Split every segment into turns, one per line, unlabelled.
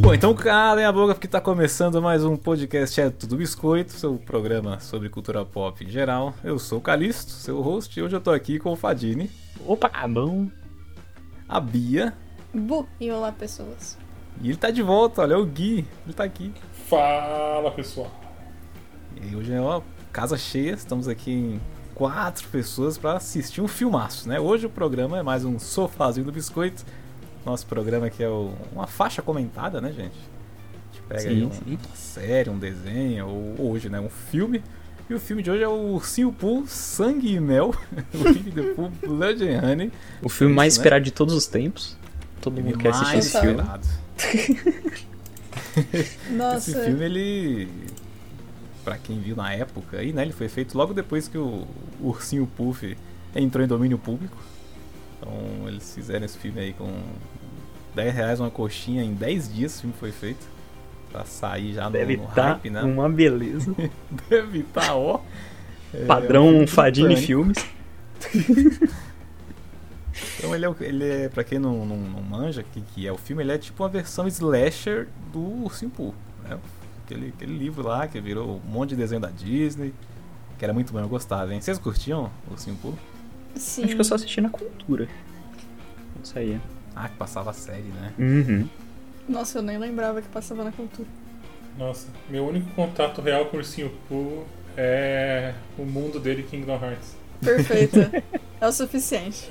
Bom, então calem a boca porque tá começando mais um podcast É Tudo Biscoito, seu programa sobre cultura pop em geral. Eu sou o Calixto, seu host, e hoje eu tô aqui com o Fadini,
Opa, ah, bom.
a Bia,
Bu e olá pessoas.
e ele tá de volta, olha, é o Gui, ele tá aqui.
Fala pessoal.
E hoje é uma casa cheia, estamos aqui em quatro pessoas para assistir um filmaço, né? Hoje o programa é mais um Sofazinho do Biscoito. Nosso programa aqui é o- uma faixa comentada, né, gente? A gente pega aí
Sim,
um-
sim.
uma série, um desenho, ou ou hoje, né, um filme. E o filme de hoje é o Ursinho Poo, Sangue e Mel, Winnie the Pooh, Blood and Honey.
O filme
Isso,
mais
né?
esperado de todos os tempos. Todo mundo quer assistir
mais
esse filme.
esperado.
Nossa,
Esse filme, ele. Pra quem viu na época aí, né? Ele foi feito logo depois que o Ursinho Puff entrou em domínio público. Então eles fizeram esse filme aí com 10 reais uma coxinha em 10 dias esse filme foi feito. Pra sair já no,
Deve
no
tá
hype, né?
uma beleza.
Deve tá, ó. É,
Padrão
é um filme
Fadini
britânico.
Filmes.
Então ele é, o- ele é pra quem não, não, não manja o que, que é o filme, ele é tipo uma versão slasher do Ursinho Pooh, né? Aquele, aquele livro lá que virou um monte de desenho da Disney, que era muito bom, eu gostava, hein? Vocês curtiam o Ursinho Pooh?
sim.
Acho que eu só assisti na cultura. Não saía.
Ah, que passava a série, né?
Uhum.
Nossa, eu nem lembrava que passava na cultura.
Nossa, meu único contato real com o Ursinho Poo é o mundo dele em Kingdom Hearts.
Perfeita. é o suficiente.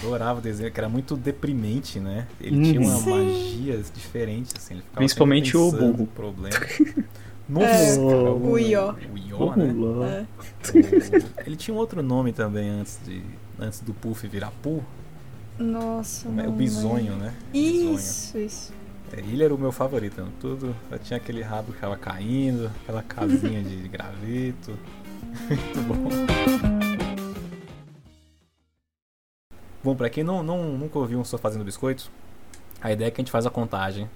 Pô, adorava o desenho, que era muito deprimente, né? Ele
Uhum.
tinha uma
Sim.
magia diferente, assim. Ele ficava
Principalmente
sempre
o
pensando
burro.
no problema. Nossa,
É,
cara,
o
Ió.
O Ió, né?
Olá.
É.
O- ele tinha um outro nome também antes, de, antes do Puff virar Pooh.
Nossa,
Como é?
não
O bisonho, né?
lembro. Isso, isso.
É, ele era o meu favorito, né? tudo. Eu tinha aquele rabo que tava caindo, aquela casinha de graveto. Muito bom. Bom, pra quem não, não- nunca ouviu um Só Fazendo Biscoitos, a ideia é que a gente faz a contagem.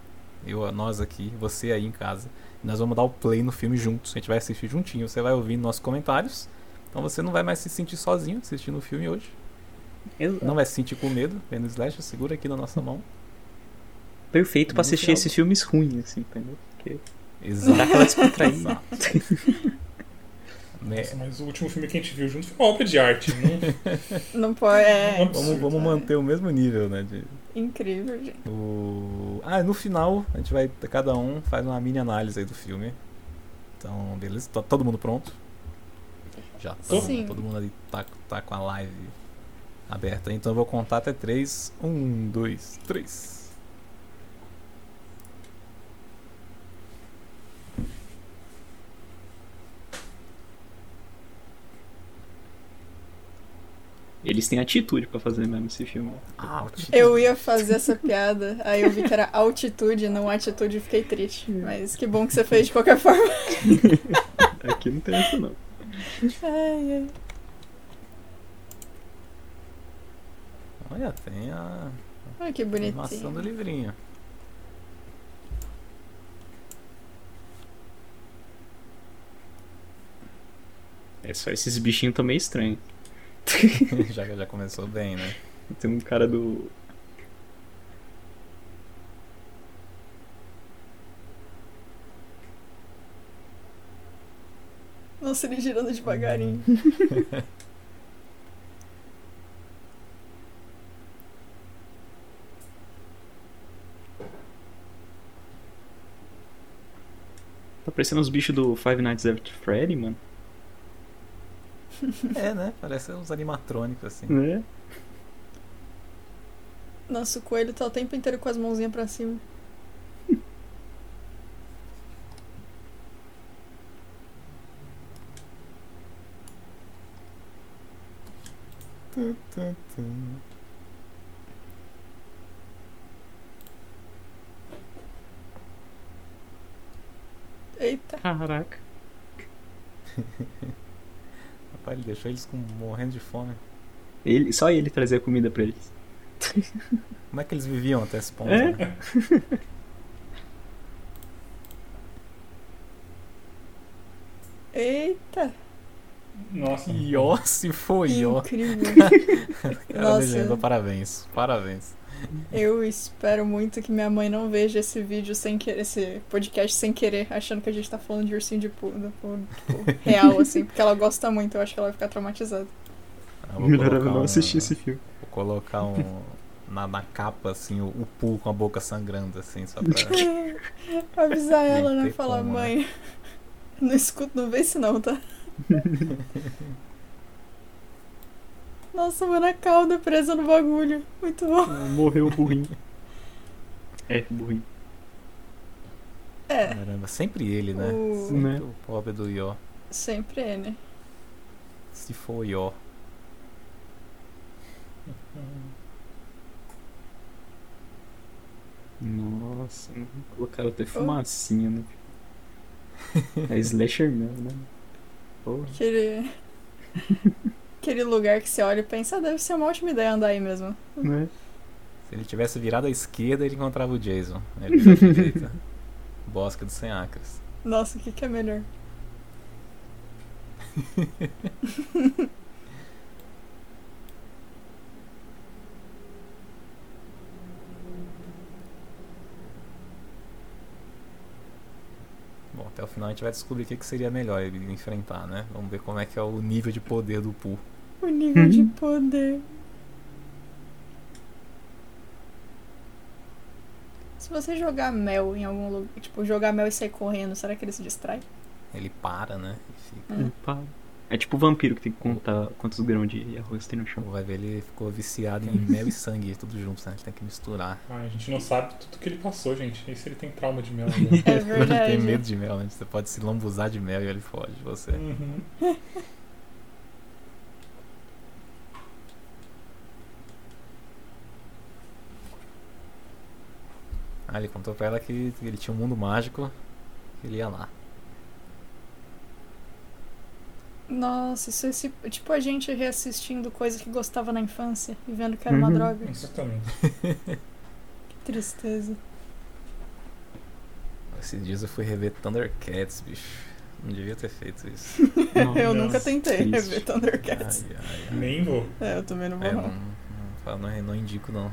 Eu, nós aqui, você aí em casa. E nós vamos dar o play no filme juntos. A gente vai assistir juntinho. Você vai ouvindo nossos comentários. Então você não vai mais se sentir sozinho assistindo o filme hoje.
Exato.
Não vai se sentir com medo. Vendo o Slash, segura aqui na nossa mão.
Perfeito pra
Muito
assistir
legal.
esses filmes ruins, assim, entendeu?
Exato.
Dá aquela descontraída.
Né?
Nossa, mas o último filme que a gente viu junto foi uma obra de arte. né? Não...
Não pode. É
Vamos-
Vamos, vamos manter o mesmo nível, né? de-
incrível, gente.
o... Ah, no final a gente vai. Cada um faz uma mini análise aí do filme. Então, beleza? Tá todo mundo pronto? Já tá.
Sim.
Todo mundo ali tá, tá com a live aberta. Então eu vou contar até Um, 3. 1, 2, 3.
Eles têm atitude pra fazer mesmo esse filme.
Ah,
Eu ia fazer essa piada, aí eu vi que era altitude, não atitude, e fiquei triste.
Hum.
Mas que bom que você fez de qualquer forma.
Aqui não tem isso, não.
Ai, ai.
Olha, tem a
Ai, que
animação do
bonitinho.
livrinho.
É só esses bichinhos tão meio estranhos.
já, já começou bem, né?
Tem um cara do.
Nossa, ele girando devagarinho.
Tá parecendo os bichos do Five Nights at Freddy, mano.
É, né? Parece uns animatrônicos assim.
Né?
Nossa, o coelho tá o tempo inteiro com as mãozinhas pra cima. Eita.
Caraca.
Rapaz, ele deixou eles com, morrendo de fome.
Ele, só ele trazia comida pra eles.
Como é que eles viviam até esse ponto?
É?
né?
Eita!
Nossa.
Ió, se for Ió.
Incrível.
Cara,
Hum, Nossa.
legenda, parabéns. Parabéns.
Eu espero muito que minha mãe não veja esse vídeo sem querer, esse podcast sem querer, achando que a gente tá falando de ursinho de pulo, real, assim, porque ela gosta muito, eu acho que ela vai ficar traumatizada.
Eu vou
Melhor eu
colocar
não
um-
assistir esse filme.
Vou colocar um. Na, na capa, assim, o, o Pooh com a boca sangrando, assim, só pra.
Avisar
Não
ela, né?
tem
Falar,
como, né?
mãe, não escuto, não vê isso não, tá? Nossa, mano, a cauda presa no bagulho. Muito bom.
Morreu o burrinho. F burrinho.
É,
Caramba, sempre ele, né?
O-
Sempre
Né?
o pobre do Ió.
sempre é, né?
Se for Ió.
Nossa, mano. colocaram até fumacinha, né? É slasher mesmo, né? Porra.
Aquele... Aquele lugar que você olha e pensa, ah, deve ser uma ótima ideia andar aí mesmo.
Né?
Se ele tivesse virado à esquerda, ele encontrava o Jason. Ele virou à direita. Bosque dos 100 acres.
Nossa, o que, que é melhor?
Bom, até o final a gente vai descobrir o que, que seria melhor ele enfrentar, né? Vamos ver como é que é o nível de poder do Pooh.
O nível de
Hum.
poder. Se você jogar mel em algum lugar, tipo, jogar mel e sair correndo, será que ele se distrai?
Ele para, né? E fica-
Hum.
Pá. É tipo o vampiro que tem que contar quantos grãos de arroz tem no chão.
Vai ver, ele ficou viciado em mel e sangue, tudo junto, né? A gente tem que misturar.
Ai, Ah, a gente não sabe tudo que ele passou, gente. E se ele tem trauma de mel né? ainda?
É
Ele
verdade.
tem medo de mel, né? Você pode se lambuzar de mel e ele foge de você.
Uhum.
Ah, ele contou pra ela que ele tinha um mundo mágico, que ele ia lá.
Nossa, isso é esse- tipo a gente reassistindo coisa que gostava na infância e vendo que era uma
Uhum.
droga.
É, Exatamente.
Que tristeza.
Esses dias eu fui rever Thundercats, bicho. Não devia ter feito isso.
eu
Nossa,
nunca tentei
triste.
rever Thundercats.
Ai, ai, ai.
Nem vou.
É, eu também não vou.
É,
não.
não, não, falo- não, não indico não.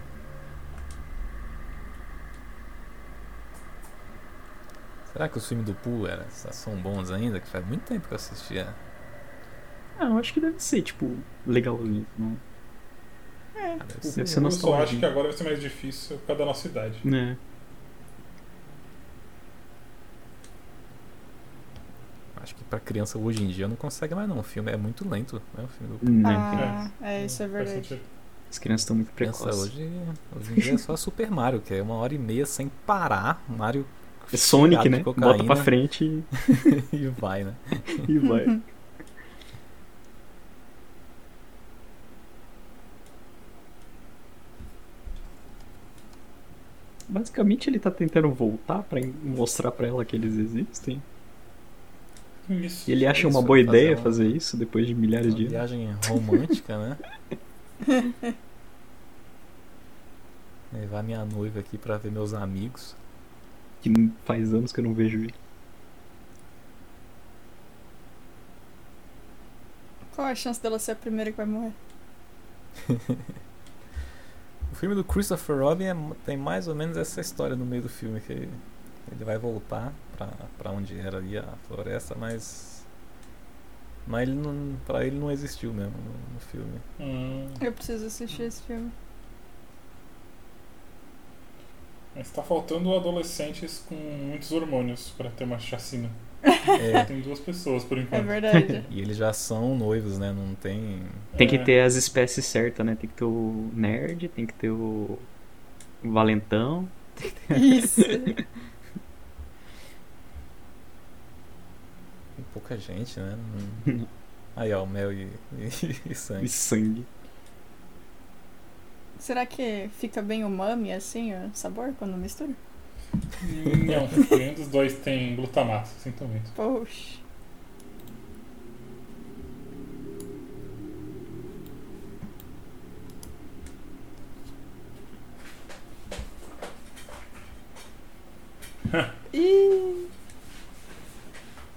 Será que os filmes do Pooh era, são bons ainda? Que faz muito tempo que eu assistia.
Ah, eu acho que deve ser, tipo, legalzinho. Não?
É.
Ah, deve ser.
Deve ser
eu só
nostalgia.
acho que agora vai ser mais difícil por causa da nossa idade.
Né?
Acho que pra criança hoje em dia não consegue mais não. O filme é muito lento, né? O filme do Pooh.
Né?
Ah, é, isso é
Faz
verdade.
sentido.
As crianças estão muito
Criança
precoces.
hoje, hoje em dia é só Super Mario, que é uma hora e meia sem parar. Mario
É Sonic,
Gato
né?
de cocaína.
Bota pra frente e,
e vai, né?
e vai. Basicamente ele tá tentando voltar pra mostrar pra ela que eles existem.
Isso.
E ele acha
É Isso,
uma boa
fazer
ideia
uma-
fazer isso depois de milhares
Uma
de anos.
viagem romântica, né? Levar minha noiva aqui pra ver meus amigos.
Que faz anos que eu não vejo ele.
Qual a chance dela ser a primeira que vai morrer?
O filme do Christopher Robin é- tem mais ou menos essa história no meio do filme, que ele vai voltar pra, pra onde era ali a floresta, mas. Mas ele não, pra ele não existiu mesmo no, no filme.
Hum,
Eu preciso assistir esse filme.
mas tá faltando adolescentes com muitos hormônios pra ter uma chacina.
É,
Tem duas pessoas por
Então.
É
enquanto.
verdade.
e eles já são noivos, né? Não tem.
Tem que
É,
ter as espécies certas, né? Tem que ter o nerd, tem que ter o valentão.
Isso.
tem pouca gente, né? Não- Aí, ó, o mel e, e, e sangue.
E sangue.
Será que fica bem umami assim o sabor quando mistura?
Não, nenhum dos dois tem glutamato, sinto muito.
Poxa. Ih,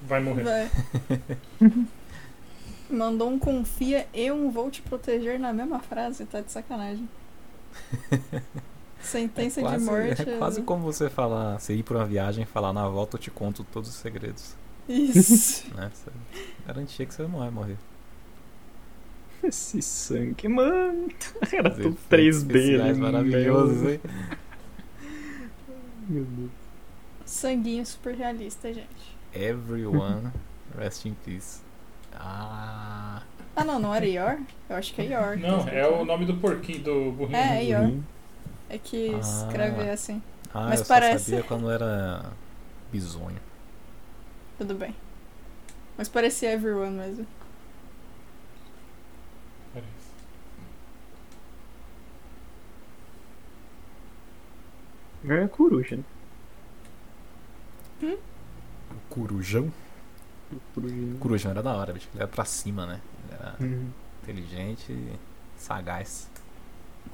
Vai morrer.
vai. Mandou um confia e um vou te proteger na mesma frase, tá de sacanagem. Sentença
é quase,
de morte.
É quase como você falar, você ir pra uma viagem e falar, na volta eu te conto todos os segredos.
Isso.
Né? Você- garantia que você não vai morrer.
Esse sangue, mano. Era
Os
tudo
efeitos
3D,
especiais
né?
maravilhosos, hein?
Meu Deus.
Sanguinho super realista, gente.
Everyone, rest in peace. Ah,
Ah não, não era Ior? Eu acho que é Ior.
Não, é o nome do porquinho, do burrinho.
É, é Ior.
Uhum.
É que
Ah.
escreve assim.
ah
Mas
eu
parece-
só sabia quando era bisonho.
Tudo bem. Mas parecia everyone mesmo.
Parece.
Ior é coruja, né?
Corujão?
Coruja. né?
Corujão era da hora, bicho. Ele era pra cima, né? Ele era
Uhum.
inteligente e sagaz.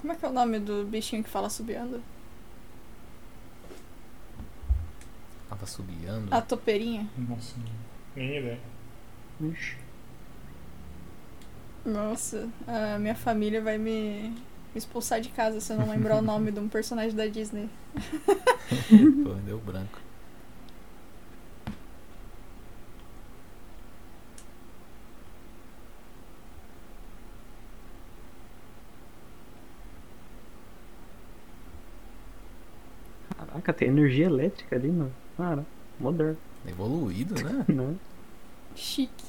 Como é que é o nome do bichinho que fala subiando?
Tava subiando.
A topeirinha?
Nossa, nem ideia.
Ixi.
Nossa, a minha família vai me me expulsar de casa se eu não lembrar o nome de um personagem da Disney.
Pô, deu branco.
Caraca, tem energia elétrica ali, mano. Cara, moderno,
Evoluído, né?
né?
Chique.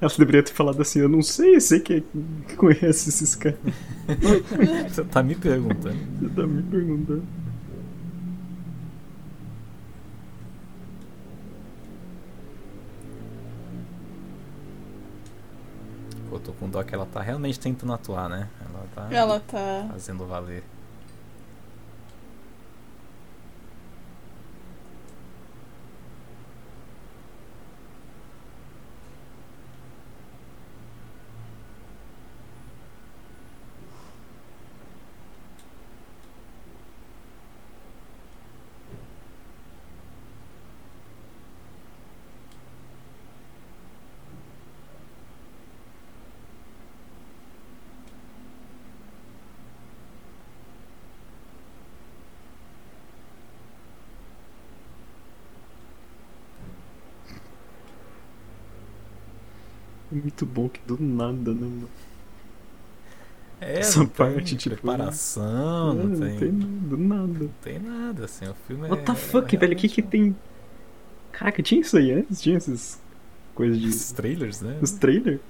Ela deveria ter falado assim, eu não sei, eu sei que que conhece esses caras.
Você tá me perguntando.
Você tá me perguntando.
Pô, tô com dó que ela tá realmente tentando atuar, né? Ela tá
Ela tá.
fazendo valer.
É muito bom que do nada, né, mano?
É,
Essa
não tem
parte, tipo,
Preparação,
É,
não tem.
tem nada, do nada.
Não tem nada, assim. O filme é.
What the fuck, velho? O que que
realmente
tem? Caraca, tinha isso aí antes? Tinha essas coisas
um-
de...
Esses trailers, né?
Os trailers?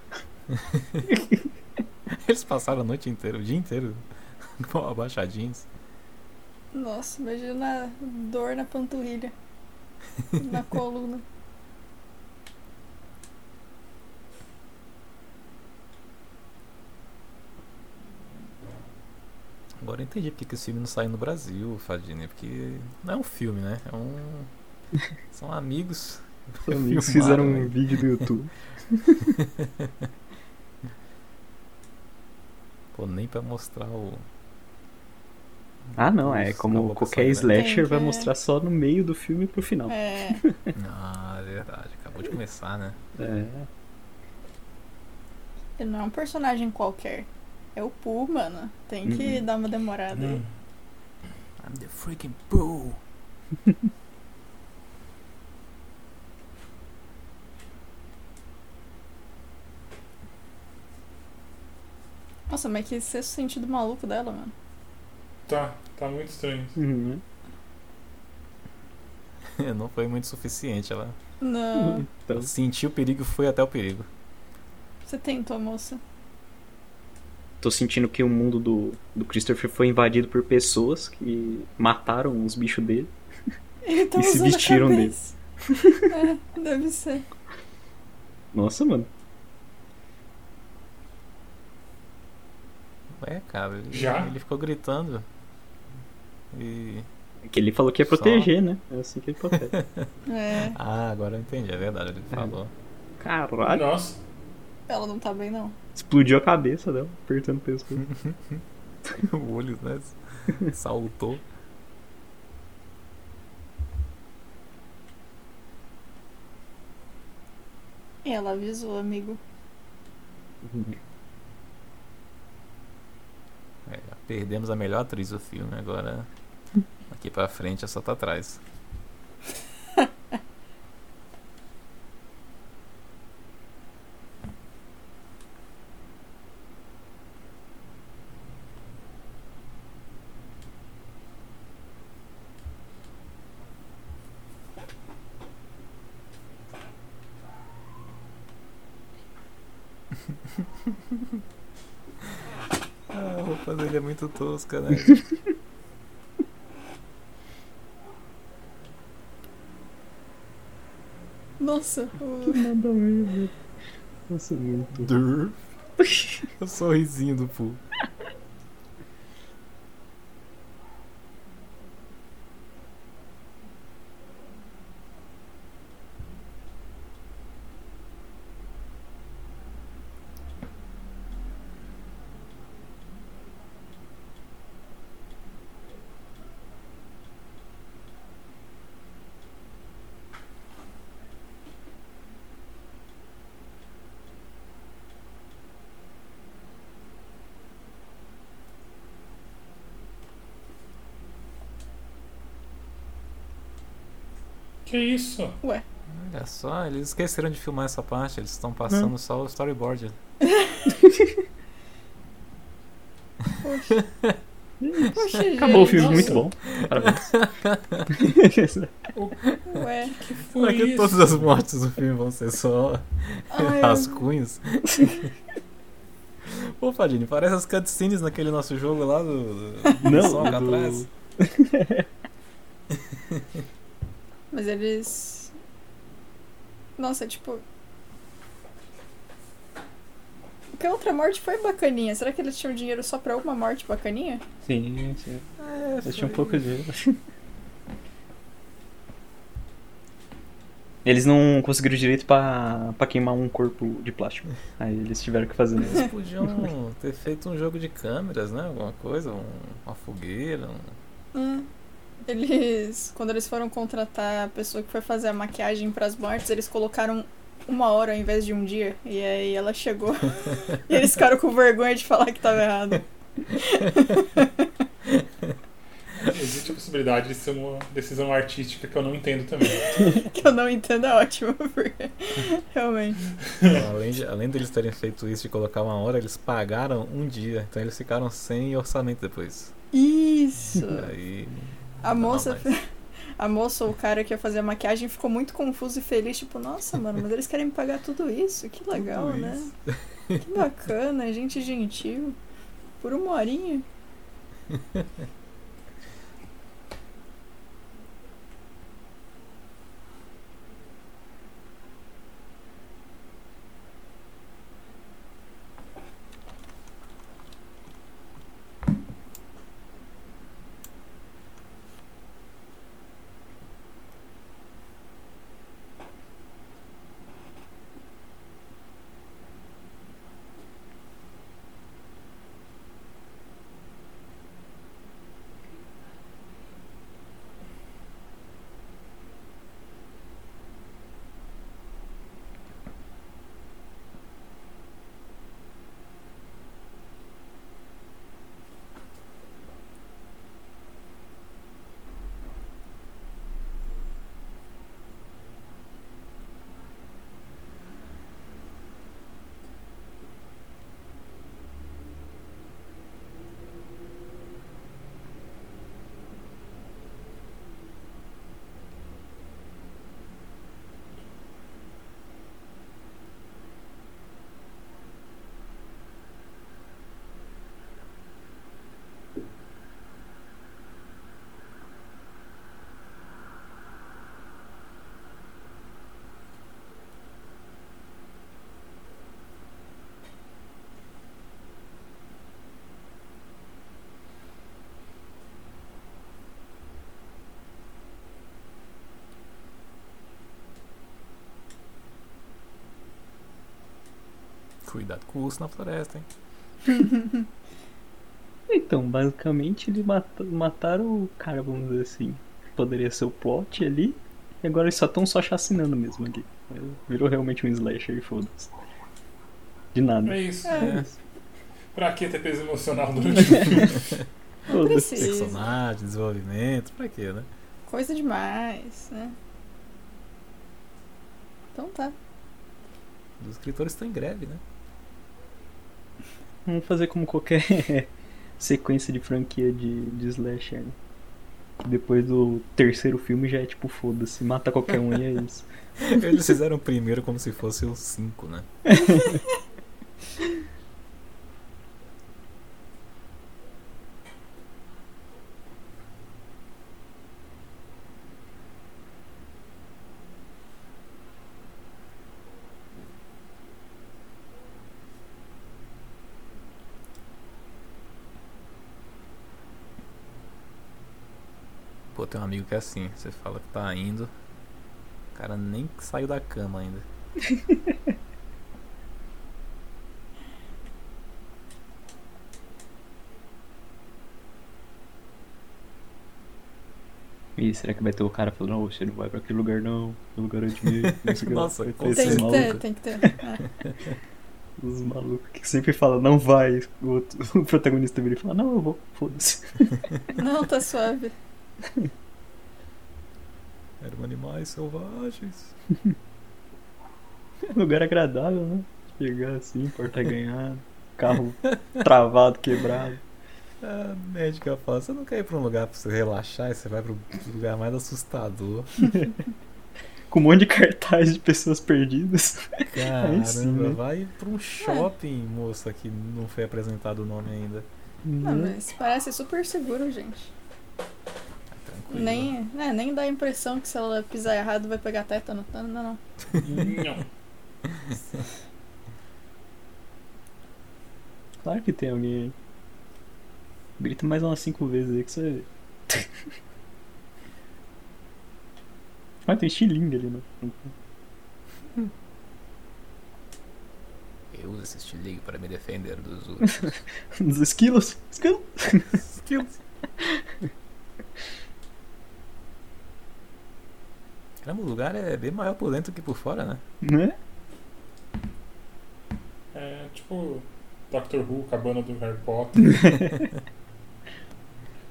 Eles passaram a noite inteira, o dia inteiro, com abaixadinhos.
Nossa, imagina a dor na panturrilha. na coluna.
Agora eu entendi porque que esse filme não saiu no Brasil, Fadini. Porque não é um filme, né? É um. São amigos.
Os amigos
Filmaram, né?
fizeram um
velho.
vídeo do YouTube.
Pô, nem pra mostrar o.
Ah, não, é
Os
como
caboclos
qualquer
sangrando.
slasher
Tem
vai
que-
mostrar só no meio do filme e pro final.
É.
Ah, é verdade. Acabou de começar, né?
É.
Ele não é um personagem qualquer. É o Pooh, mano. Tem que
Uhum.
dar uma demorada aí.
Hum.
I'm the freaking Pooh!
Nossa, mas que sexto sentido maluco dela, mano.
Tá, tá muito estranho.
Uhum.
Não foi muito suficiente. Ela,
Não.
Então,
ela sentiu o perigo e foi até o perigo.
Você tentou, moça.
tô sentindo que o mundo do, do Christopher foi invadido por pessoas que mataram os bichos dele.
Ele tá
E se
usando a
vestiram dele.
cabeça. é, deve ser.
Nossa, mano.
É, cara. Ele,
Já?
ele ficou gritando. E.
É Que ele falou que ia
Só.
proteger, né? É assim que ele protege.
É.
Ah, agora eu entendi. É verdade. Ele falou.
Caralho.
Nossa,
Ela não tá bem, não.
Explodiu a cabeça dela, apertando o pescoço.
o olho, né? Saltou.
Ela avisou, amigo.
É, já perdemos a melhor atriz do filme, agora aqui pra frente é só tá atrás. Ah, a roupa dele é muito tosca, né?
Nossa, o-
Nada a ver, Nossa, muito.
Durr. o sorrisinho do Pooh.
Que isso?
Olha só, eles esqueceram de filmar essa parte, eles estão passando só o storyboard.
poxa. Poxa, gente.
Acabou o filme,
Nossa.
muito bom. Parabéns.
Ué.
Foi
Será é que
isso?
todas as mortes do filme vão ser só
Ai,
rascunhos? Pô, Fadini, parece as cutscenes naquele nosso jogo lá do. do
Não,
Sonic
do-
atrás.
Mas eles. Nossa, tipo. Porque a outra morte foi bacaninha. Será que eles tinham dinheiro só pra uma morte bacaninha?
Sim, sim.
É,
Eles tinham
foi-
pouco de. Eles não conseguiram direito pra, pra queimar um corpo de plástico. Aí eles tiveram que fazer né? mesmo.
Eles podiam ter feito um jogo de câmeras, né? Alguma coisa, um- uma fogueira. um-
Hum. Eles. Quando eles foram contratar a pessoa que foi fazer a maquiagem pras mortes, eles colocaram uma hora ao invés de um dia. E aí ela chegou. e eles ficaram com vergonha de falar que tava errado.
Existe a possibilidade de ser uma decisão artística que eu não entendo também.
Que eu não entendo, é ótimo, porque. Realmente.
Então, além, de, além deles terem feito isso de colocar uma hora, eles pagaram um dia. Então eles ficaram sem orçamento depois.
Isso!
Aí.
A moça.
Não, mas-
A moça ou o cara que ia fazer a maquiagem ficou muito confuso e feliz, tipo, nossa, mano, mas eles querem me pagar tudo isso? Que legal,
Tudo
né?
isso.
Que bacana, gente gentil. Por uma horinha.
Cuidado com o urso na floresta, hein?
Então, basicamente eles mata- mataram o cara, vamos dizer assim. Poderia ser o plot ali. E agora eles só estão só chacinando mesmo ali. Virou realmente um slasher, foda-se. De nada.
É isso.
É.
Pra que ter peso emocional durante o filme?
Não
Foda-se.
precisa.
Personagem, desenvolvimento, pra quê, né?
Coisa demais, né? Então tá.
Os escritores estão em greve, né?
Vamos fazer como qualquer sequência de franquia de, de slasher. né? Depois do terceiro filme já é tipo, foda-se, mata qualquer um e é isso.
Eles fizeram o primeiro como se fosse o 5, né? Pô, tem um amigo que é assim, você fala que tá indo, o cara nem saiu da cama ainda.
E será que vai ter o cara falando, não, você não vai pra aquele lugar não, eu garanto mesmo. não sei o que lá.
Nossa,
Vai ter
com
esses
Tem que ter,
malucos.
tem que ter. É.
Os malucos que sempre falam, não vai. O, outro- o protagonista vira e fala, não, eu vou, foda-se.
Não, tá suave.
Eram animais selvagens.
Lugar agradável, né? Chegar assim, porta ganhada, carro travado, quebrado.
A médica fala, você não quer ir pra um lugar pra você relaxar, e você vai pro lugar mais assustador.
Com um monte de cartaz de pessoas perdidas.
Caramba,
sim, né?
vai pra um shopping, moça, que não foi apresentado o nome ainda.
Não,
Né?
mas parece super seguro, gente.
Tá tranquilo.
Nem, né, nem dá a impressão que se ela pisar errado vai pegar tétano. Não, não, não.
Não.
Claro que tem alguém aí. Grita mais umas cinco vezes aí que você vê. Ah, tem estilingue ali, né?
Eu uso esse estilingue para me defender dos outros.
Dos esquilos. Esquilo.
Caramba, o lugar é bem maior por dentro que por fora, né?
Né?
É tipo Doctor Who, cabana do Harry Potter.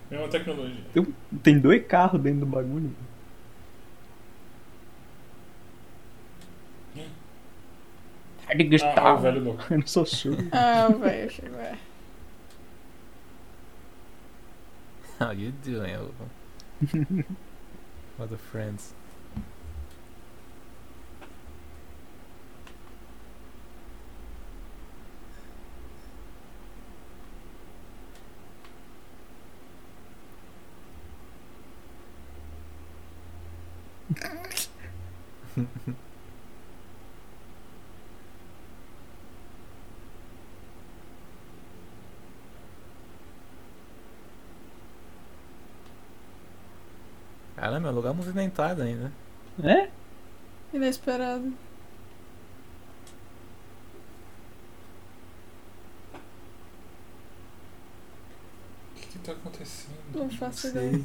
Mesma tecnologia.
Tem dois carros dentro do bagulho.
É
Para de
Ah, ah, o velho louco.
Eu não sou surdo.
Ah, velho, chegou. é.
How you doing, Elva? What a friends. Caramba, é um lugar movimentado ainda. né?
É?
Inesperado.
O que, que tá acontecendo?
Não faço ideia.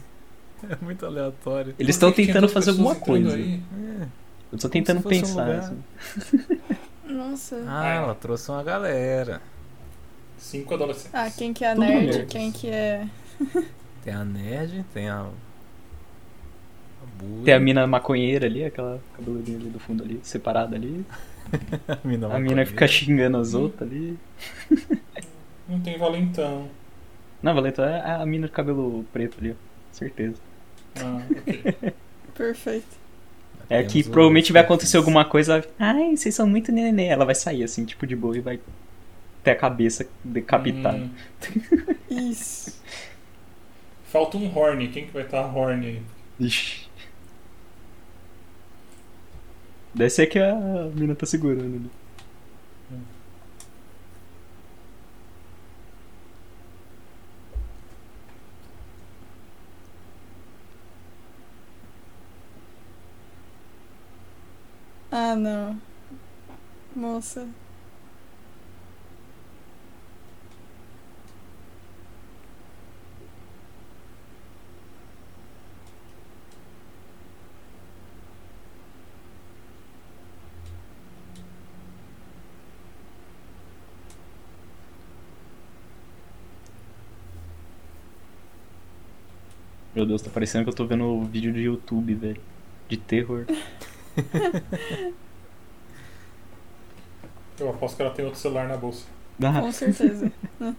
É muito aleatório.
Eles
Por
estão
que que
tentando
tinha tantas
fazer alguma
pessoas entrando
coisa.
aí?
É.
Eu tô tentando
Como se fosse um
pensar.
lugar.
assim.
É.
Nossa.
Ah, ela trouxe uma galera.
Cinco adolescentes.
Ah, quem que é
Tudo
nerd,
mulheres.
quem que é.
Tem a Nerd, tem a. A Buri.
Tem a mina maconheira ali, aquela cabeludinha ali do fundo ali, separada ali.
a mina,
a mina
maconheira.
que fica xingando
Hum.
as outras ali.
Não tem valentão.
Não, Valento, é a a mina de cabelo preto ali, ó. Certeza.
Ah, ok.
Perfeito.
É
Temos
que
os
provavelmente
assim.
vai acontecer
perfis.
alguma coisa. Ai, vocês são muito neném. Ela vai sair assim, tipo de boa, e vai ter a cabeça decapitada.
Hum,
Isso.
falta um Horn. Quem que vai estar Horn aí?
Ixi. Deve ser que a mina tá segurando ali.
Ah, não. Moça.
Meu Deus, tá parecendo que eu tô vendo vídeo de YouTube, velho. De terror.
Eu aposto que ela tem outro celular na bolsa.
Ah,
Com certeza.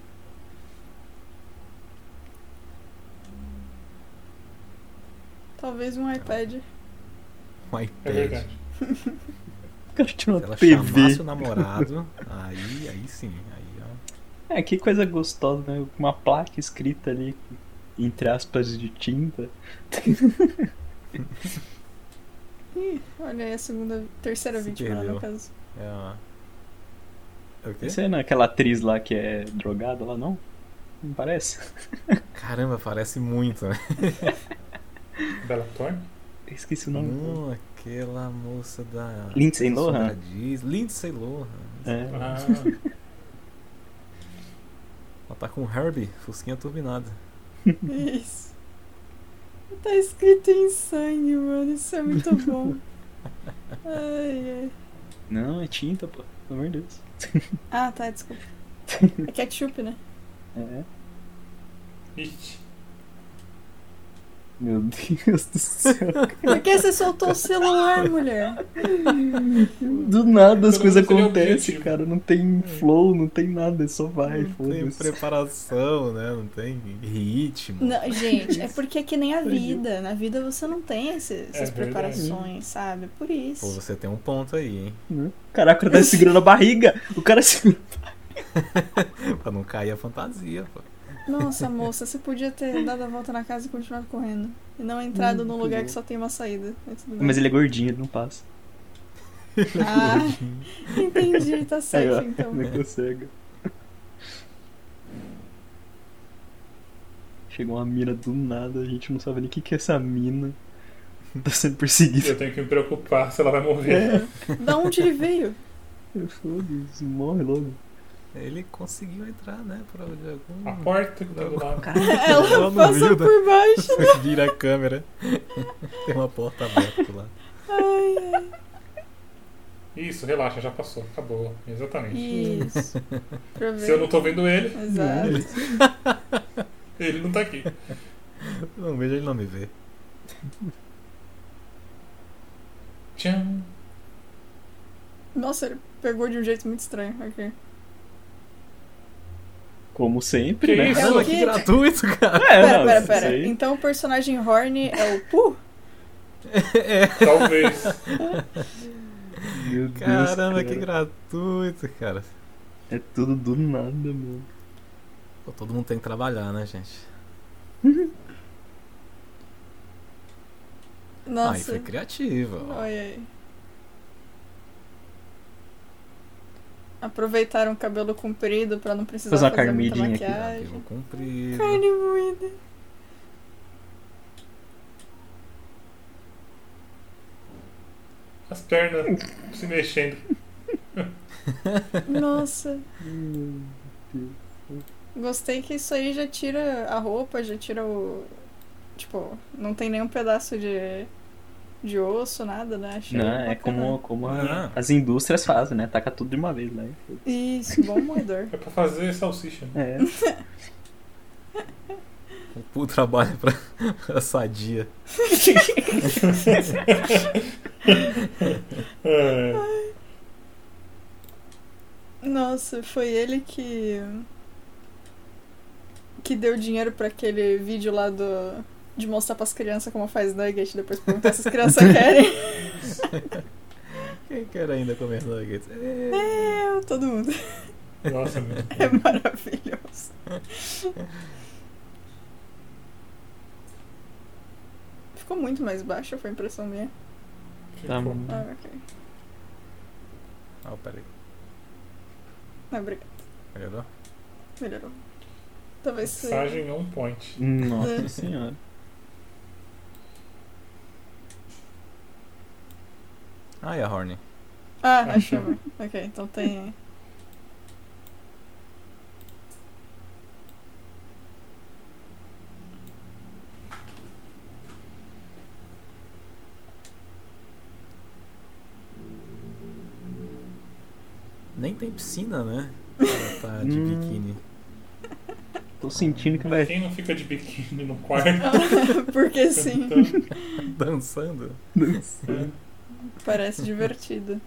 Talvez um iPad.
Um
É
iPad.
verdade.
o cara tirou
Se
uma
ela
TV.
chamasse o namorado, aí, aí sim. Aí, ó.
É, que coisa gostosa, né? Uma placa escrita ali, entre aspas, de tinta.
Ih, olha aí a segunda, terceira
Se
vítima, né,
perdeu.
no caso.
É, ó. É o quê?
Você não é aquela atriz lá que é drogada lá, não? Não parece?
Caramba, parece muito, né?
Bela Thorne?
Eu esqueci o nome.
Não, Hum, aquela moça da.
Lindsay Lohan?
Sombra Diz. Lindsay Lohan.
É.
Ah,
Ela tá com o Herbie, fusquinha turbinada.
Isso. Tá escrito em sangue, mano. Isso é muito bom. Ai, ai.
Não, é tinta, pô. Pelo amor de Deus.
Ah, tá, desculpa. É ketchup, né?
É.
Ixi.
Meu Deus do céu.
Por que É você soltou o celular, mulher?
Do nada as coisas
Pelo menos ele é
acontecem,
objetivo.
cara. Não
É.
tem flow, não tem nada, é só vai,
não tem
foda-se.
preparação, né? Não tem ritmo.
Não, gente, é porque é que nem a vida. Na vida você não tem esse- essas
verdade.
preparações, sabe? Por
É Pô,
isso.
você tem um ponto aí, hein?
Caraca, o cara tá segurando a barriga. O cara segura.
pra não cair a fantasia, pô.
Nossa, moça, você podia ter dado a volta na casa e continuado correndo. E não entrado num lugar que só tem uma saída. Mas tudo bem.
Mas ele é gordinho, ele não passa.
Ah, entendi, tá certo então.
Não consegue. Chegou uma mina do nada, a gente não sabe nem o que, que é essa mina. Tá sendo
Eu
perseguida.
tenho que me preocupar se ela vai morrer.
Da onde ele veio?
É.
É Foda-se, morre logo.
Ele conseguiu entrar, né? Por de
É.
algum.
A porta que tá do lado.
Ela
Ela não
passa
viu, né?
por baixo.
Você vira a câmera. tem uma porta aberta lá.
Ai, ai.
Isso, relaxa, já passou. Acabou. Exatamente.
Isso.
Se eu não tô vendo ele,
Hum.
Exato.
ele não tá aqui.
Não vejo ele não me ver.
Tcham.
Nossa, ele pegou de um jeito muito estranho. Ok.
Como sempre,
Que
né?
isso?
Caramba,
o
que
quê?
gratuito, cara.
É,
Pera,
não,
pera,
isso
pera.
aí-
Então o personagem Horny é o Pooh?
É.
Talvez.
Meu Deus,
Caramba,
cara.
que gratuito, cara.
É tudo do nada, mano.
Pô, todo mundo tem que trabalhar, né, gente? Aí
Nossa.
Ah, foi criativo. ó.
Olha aí. Aproveitaram o um cabelo comprido pra não precisar
Fazer uma
fazer muita
carmidinha aqui. né?
maquiagem.
Cabelo comprido.
Carne moída.
As pernas se mexendo.
Nossa.
Né?
Hum, Gostei que isso aí já tira a roupa, já tira o. Tipo, não tem nenhum pedaço de. de osso, nada, né? Achei
Não, é
bacana.
como, como a-
Ah.
as indústrias fazem, né? Taca tudo de uma vez lá.
Isso, bom moedor.
É pra fazer salsicha. né?
É.
O Poo trabalha pra, pra sadia.
É.
Nossa, foi ele que. que deu dinheiro pra aquele vídeo lá do. de mostrar pras crianças como faz nugget, depois perguntar se as crianças querem.
Quem quer ainda comer nuggets? É.
É, todo mundo.
Nossa, meu.
É maravilhoso. Ficou muito mais baixo, foi impressão minha.
Tá
Ficou.
bom.
Ah, ok.
Ah, peraí.
Não, obrigada.
Melhorou?
Ah, Melhorou. Talvez seja.
Mensagem on point.
Nossa senhora.
Ah, e a Horny?
Ah, achamos. ok, então tem.
Nem tem piscina, né? Ela tá de
Hum.
né? tá
Hum.
biquíni.
Tô sentindo que vai
Quem não fica de biquíni no quarto
Ah, Porque sim,
cantando?
Dançando?
né?
parece divertido.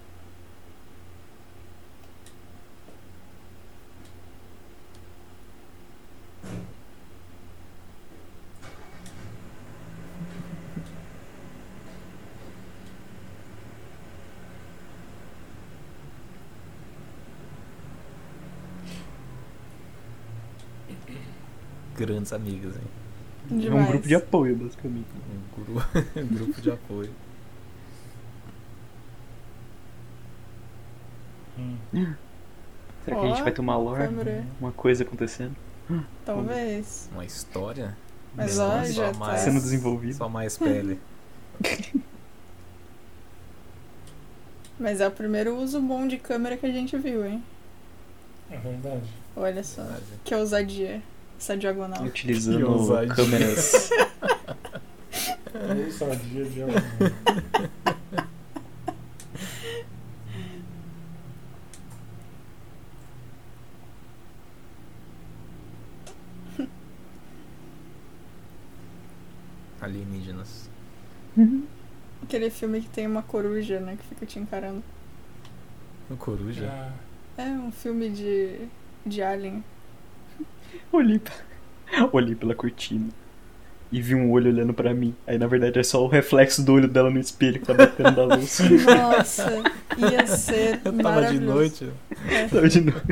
Grandes amigas, hein?
É um grupo de apoio, basicamente.
Um guru- grupo de apoio.
Hum.
Será que a gente
Ó, tá
vai tomar lore?
câmera.
Uma coisa acontecendo?
Talvez.
Uma história?
Mas
Não, só
ó, já tá.
mais-
Sendo desenvolvida.
Só mais pele.
Mas é o primeiro uso bom de câmera que a gente viu, hein?
É verdade.
Olha só.
sabe?
Que ousadia. Essa diagonal.
Que
Utilizando
ousadia.
câmeras.
É.
Uma ousadia de alguém.
Alienígenas.
Aquele filme que tem uma coruja, né? Que fica te encarando.
Um coruja?
Já.
É um filme de. de Alien.
Olhei, pra... Olhei pela cortina. E vi um olho olhando pra mim. Aí na verdade é só o reflexo do olho dela no espelho que tá batendo da luz.
Nossa, ia ser
Eu tava de
maravilhoso.
noite.
É.
Então, de novo.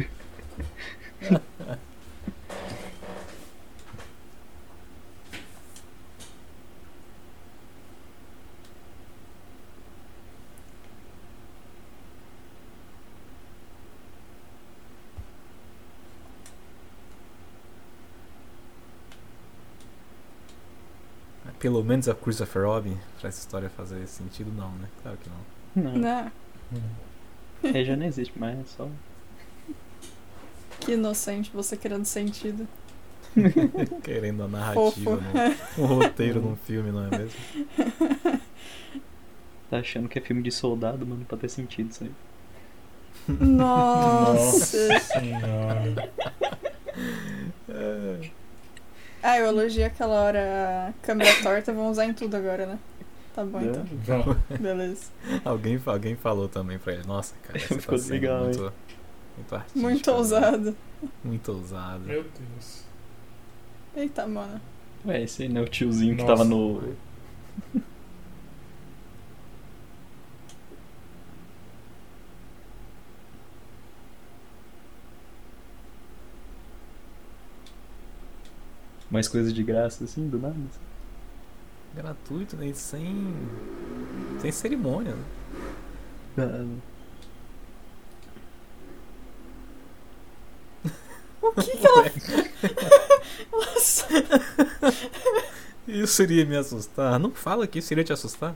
Pelo menos a Christopher Robin, pra essa história fazer sentido, não, né? Claro que não.
Não,
Né?
Ah, hum.
é, já não existe mais, é só.
Que inocente você querendo sentido.
Querendo a narrativa,
Fofo.
num- um roteiro num filme, não é mesmo?
Tá achando que é filme de soldado, mano, pra ter sentido isso aí.
Nossa.
Nossa senhora.
É.
Ah, eu elogiei aquela hora a câmera torta, vão usar em tudo agora, né? Tá
É.
bom, então.
Né?
Não.
Beleza.
Alguém, fa- alguém falou também pra ele, nossa, cara, você
Ficou
tá sendo
legal,
muito, muito artístico,
Muito
né?
ousado.
Muito ousado.
Meu Deus.
Eita, mano.
Ué, esse aí não é o tiozinho que
Nossa.
tava no. Mais coisa de graça, assim, do nada. assim.
Gratuito, né? E Sem. Sem cerimônia, né?
Ah,
O que que ela. Nossa.
Isso iria me assustar. Não fala que isso iria te assustar.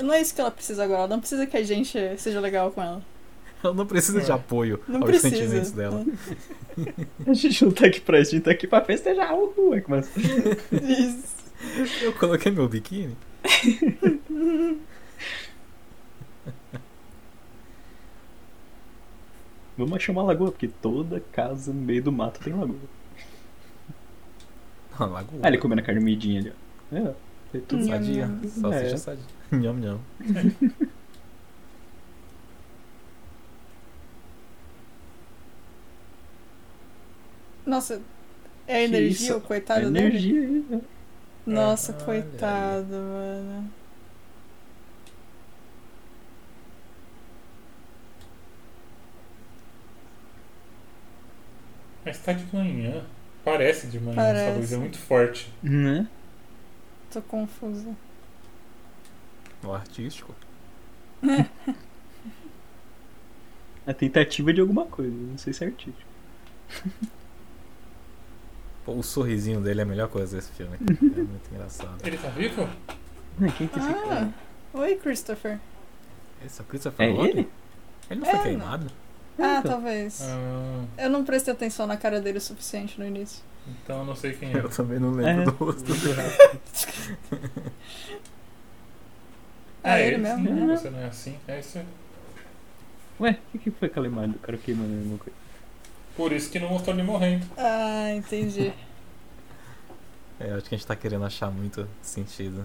Não é isso que ela precisa agora. Ela não precisa que a gente seja legal com ela.
Ela não precisa de
É.
apoio
Não
aos
precisa.
sentimentos dela.
A gente não tá aqui pra isso, a gente tá aqui pra festejar o rua, mas.
Isso.
Eu coloquei meu biquíni.
Vamos achar uma lagoa, porque toda casa no meio do mato tem lagoa.
Ah, lagoa.
Ah, ele comendo a carne midinha ali, ó. É, é tudo
Nham,
Sadia.
nham.
Salsicha
É.
sadia. Nham, nham.
Nossa. É a
Que
energia,
isso? É
o coitado dele?
energia aí, né?
Nossa,
Olha
coitado, mano.
Mas tá de manhã. Parece de manhã,
Parece.
essa luz é muito forte.
Né?
Tô confusa.
O artístico.
A tentativa de alguma coisa, não sei se é artístico.
Pô, o sorrisinho dele é a melhor coisa desse filme. É muito engraçado.
Ele tá vivo?
Ah, Quem que é esse cara?
Ah, oi, Christopher.
Esse é o Christopher
É
Robin?
ele?
Ele não foi
É,
queimado?
Ah,
então.
talvez.
Ah,
Eu não prestei atenção na cara dele o suficiente no início.
então eu não sei quem é.
Eu também não lembro
É.
do rosto dele.
Ah, ele mesmo,
sim,
né?
Você não é assim? É isso.
Ué, o que, que foi aquela imagem do cara queimando alguma coisa?
Por isso que não mostrou ele morrendo.
Ah, entendi.
É, eu acho que a gente tá querendo achar muito sentido.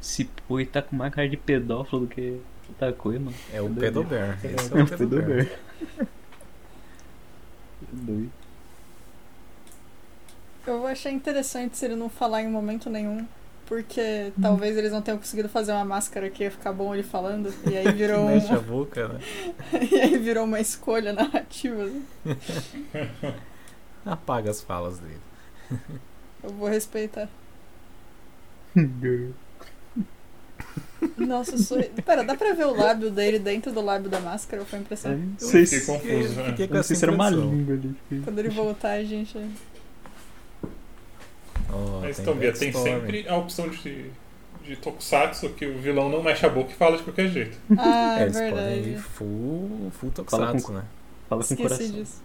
Esse Pui tá com mais cara de pedófilo do que outra coisa, mano.
É o
Cadê
Pedobear. Esse
É
é
um
o Pedobear.
pedobear. Doido.
Eu achei interessante se ele não falar em momento nenhum. Porque talvez eles não tenham conseguido fazer uma máscara que ia ficar bom ele falando. E aí virou, um-
Mexe a boca, né?
e aí virou uma escolha narrativa. né?
Apaga as falas dele.
Eu vou respeitar.
Doido.
Nossa, eu sou... Pera, dá pra ver o lábio dele dentro do lábio da máscara? Foi a impressão.
Não
Eu
sei
fiquei
se
confuso, né?
Fiquei com
é não
é essa
sei se era uma
impressão.
língua ali.
Quando ele voltar, a gente.
Oh,
Mas
tem
Tobias, tem
backstory.
sempre a opção de, de Tokusatsu que o vilão não mexe a boca e fala de qualquer jeito.
Ah,
É,
é
eles podem ir
verdade.
full, full
Fala
tokusatsu,
com-
né?
Fala com o
Esqueci
coração.
disso.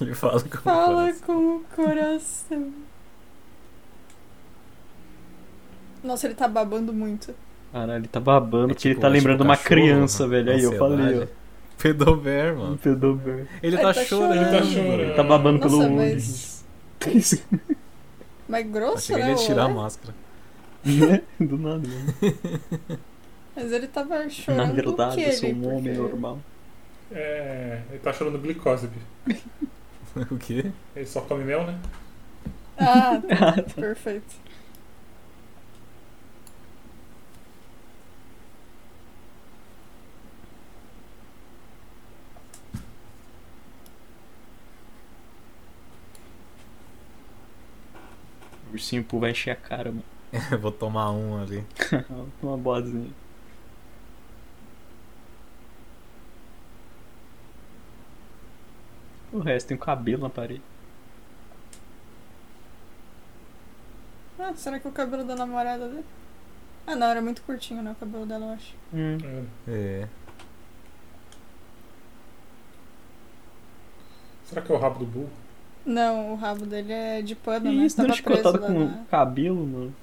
Ele fala com
Fala com o coração. Nossa, ele tá babando muito.
Caralho, ele tá babando
É
porque ele
tipo-
tá
é
lembrando
tipo
uma
cachorro,
criança,
né?
velho. Aí eu falei,
Ansiedade.
ó.
Pedobear,
Um
mano.
pedobeiro.
Ele
Ele
tá
tá
chorando.
Ele tá
Hum.
chorando.
Ele tá babando pelo
Nossa,
mundo.
mas. Mas grosso,
Achei que
né?
ele ia
o
tirar a
olé?
máscara.
Né? Do nada, mano.
Mas ele tava
Na
chorando. o
verdade,
quê,
eu sou
ali?
um homem
Porque-
normal.
É, ele tá chorando glicósebe.
o quê?
Ele só come mel, né?
Ah, tá, perfeito.
O ursinho Poo vai encher a cara, mano.
Eu Vou tomar um ali.
Uma boazinha. O resto tem um cabelo na parede.
Ah, será que é o cabelo da namorada dele? Ah, não, era muito curtinho, né? O cabelo dela, eu acho.
Hum.
É.
É.
Será que é o rabo do burro?
Não, o rabo dele é de
Que
pano, né?
isso, dando
Tava preso
chicotada
lá
com um.
na-
cabelo, mano.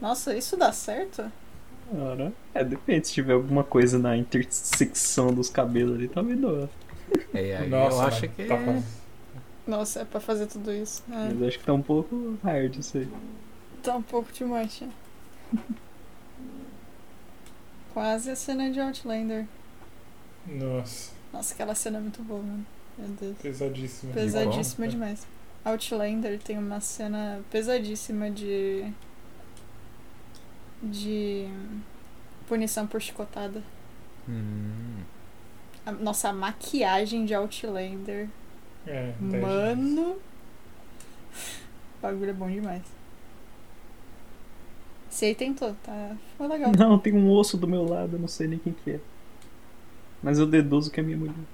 Nossa, isso dá certo?
Cara, é, depende. Se tiver alguma coisa na intersecção dos cabelos ali, tá talvez dó.
É, aí eu
Nossa,
acho
mano,
que
tá
é...
quase.
Nossa, é pra fazer tudo isso. né?
Mas acho que tá um pouco hard isso aí.
Tá um pouco de mancha. Quase a cena de Outlander.
Nossa,
Nossa, aquela cena é muito boa, mano. Meu Deus.
É
pesadíssimo.
Pesadíssima
Igual.
demais. Outlander tem uma cena pesadíssima de. de. punição por chicotada.
Hum.
A- nossa, a maquiagem de Outlander.
É, daí-
Mano. O bagulho é bom demais. Você aí tentou, tá? Foi legal.
Não, tem um osso do meu lado, eu não sei nem quem que é. Mas eu deduzo que é minha mulher.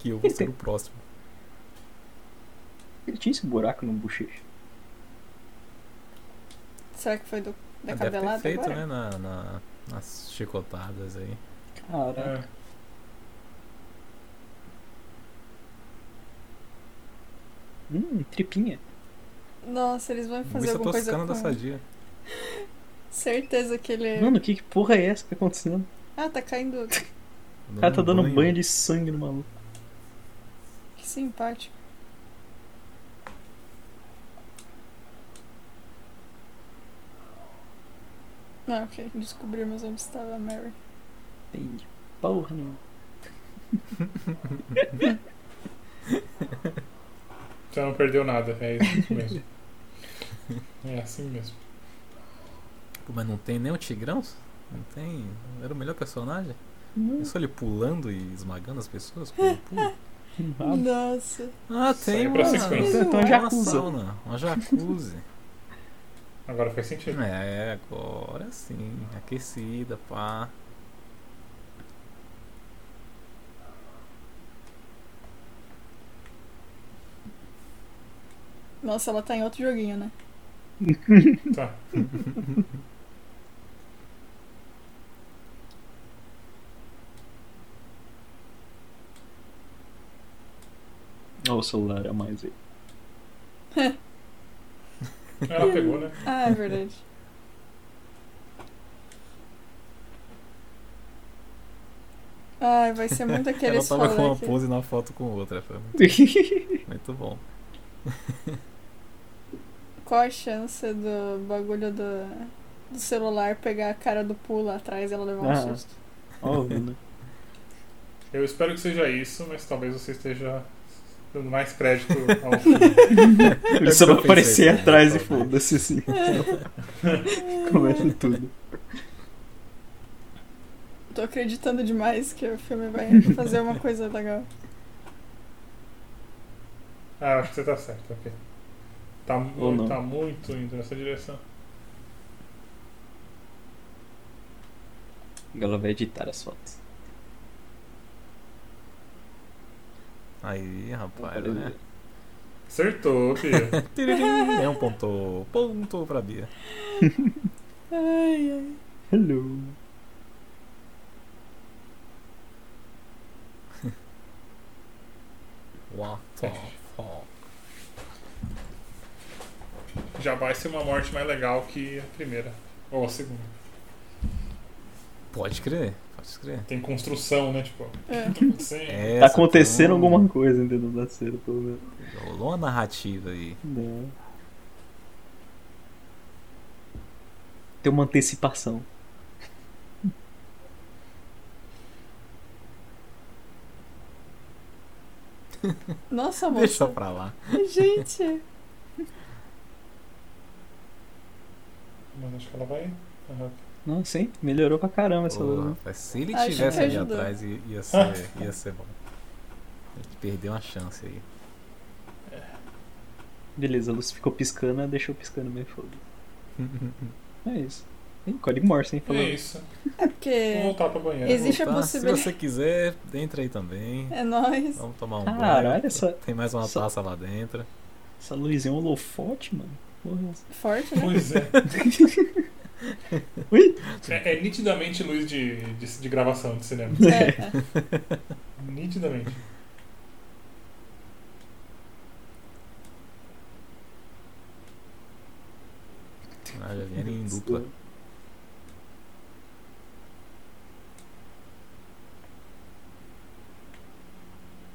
Que eu vou ser o próximo.
Ele tinha esse buraco no bochecha.
Será que foi do,
Ah,
da
Deve ter
cabelada
feito,
agora?
né? na- na- nas chicotadas aí.
Caraca.
É.
Hum, tripinha.
Nossa, eles vão fazer
Música
alguma coisa
toscana
com...
da Hum? Sadia.
Certeza que ele...
Mano, que, que porra é essa que tá acontecendo?
Ah, tá caindo...
O
um
cara tá dando banho de sangue no maluco.
Que simpático. Ah, ok. Descobrimos onde estava a Mary.
Entendi. Porra, não.
Você não perdeu nada, é isso mesmo. é assim mesmo.
Pô, mas não tem nem o Tigrão? Não tem? Era o melhor personagem?
Não,
Hum.
É só ele pulando e esmagando as pessoas? Pulo, pulo.
não Hum, rabo.
Nossa.
Ah,
Isso aí
tem
é
uma,
pra sequência.
Então,
uma
Yakuza.
sauna, uma jacuzzi.
Agora faz sentido.
é, agora sim. Aquecida, pá.
Nossa, ela tá em outro joguinho, né?
Tá.
Olha o celular é a mais aí.
Ela pegou, né?
Ah, é verdade. Ai, vai ser muito
Ela
aqueles
tava com
falando
uma
aqui.
pose na foto com outra. Foi muito, muito bom.
Qual a chance do bagulho do, do celular pegar a cara do pulo atrás e ela levar um
Ah.
susto?
Óbvio, né?
Eu espero que seja isso, mas talvez você esteja dando mais crédito ao
Ele
É É.
só
o que eu
vai
pensei
aparecer
também,
atrás
só,
e
né?
foda-se assim. Começa tudo.
Tô acreditando demais que o filme vai fazer uma coisa legal.
Ah, eu acho que você tá certo, ok. Tá, mu-
Ou não.
tá muito indo nessa direção.
Ela vai editar as fotos.
Aí,
Então,
rapaz, né?
Acertou, Bia.
Tiririm, É um ponto. Ponto pra Bia.
Ai, ai.
Hello.
What the
É.
fuck?
Já vai ser uma morte mais legal que a primeira. Ou a segunda.
Pode crer, pode crer.
Tem construção, né? Tipo,
É.
sem...
É, essa
Tá
foi
acontecendo
um-
alguma coisa dentro da cena, pelo menos.
Rolou uma narrativa aí.
Não. Tem uma antecipação.
Nossa, moça.
Deixa pra lá.
Gente.
Mas acho que ela vai. Aham.
Não, sim, melhorou pra caramba essa
Ô,
luz.
rapaz, se ele
Acho
tivesse
que
ali
ajudou.
atrás, i- ia ser, ia ser bom. Ele perdeu uma chance aí.
Beleza, a luz ficou piscando, ela deixou piscando meio foda. É isso. Ih, código Morse, hein? Falou.
É isso.
É porque.
Vamos voltar pra banheira.
Exi- Existe a
Voltar,
possibilidade-
Se você quiser, entra aí também.
É nóis.
Vamos tomar um
Caralho,
banho.
essa,
Tem mais uma
essa-
taça lá dentro.
essa luz é um holofote, mano. Porra, é essa?
Forte, né?
Pois é.
Ui.
é. é nitidamente luz de, de, de gravação de cinema.
É, é.
Nitidamente.
Ah, já vieram em dupla.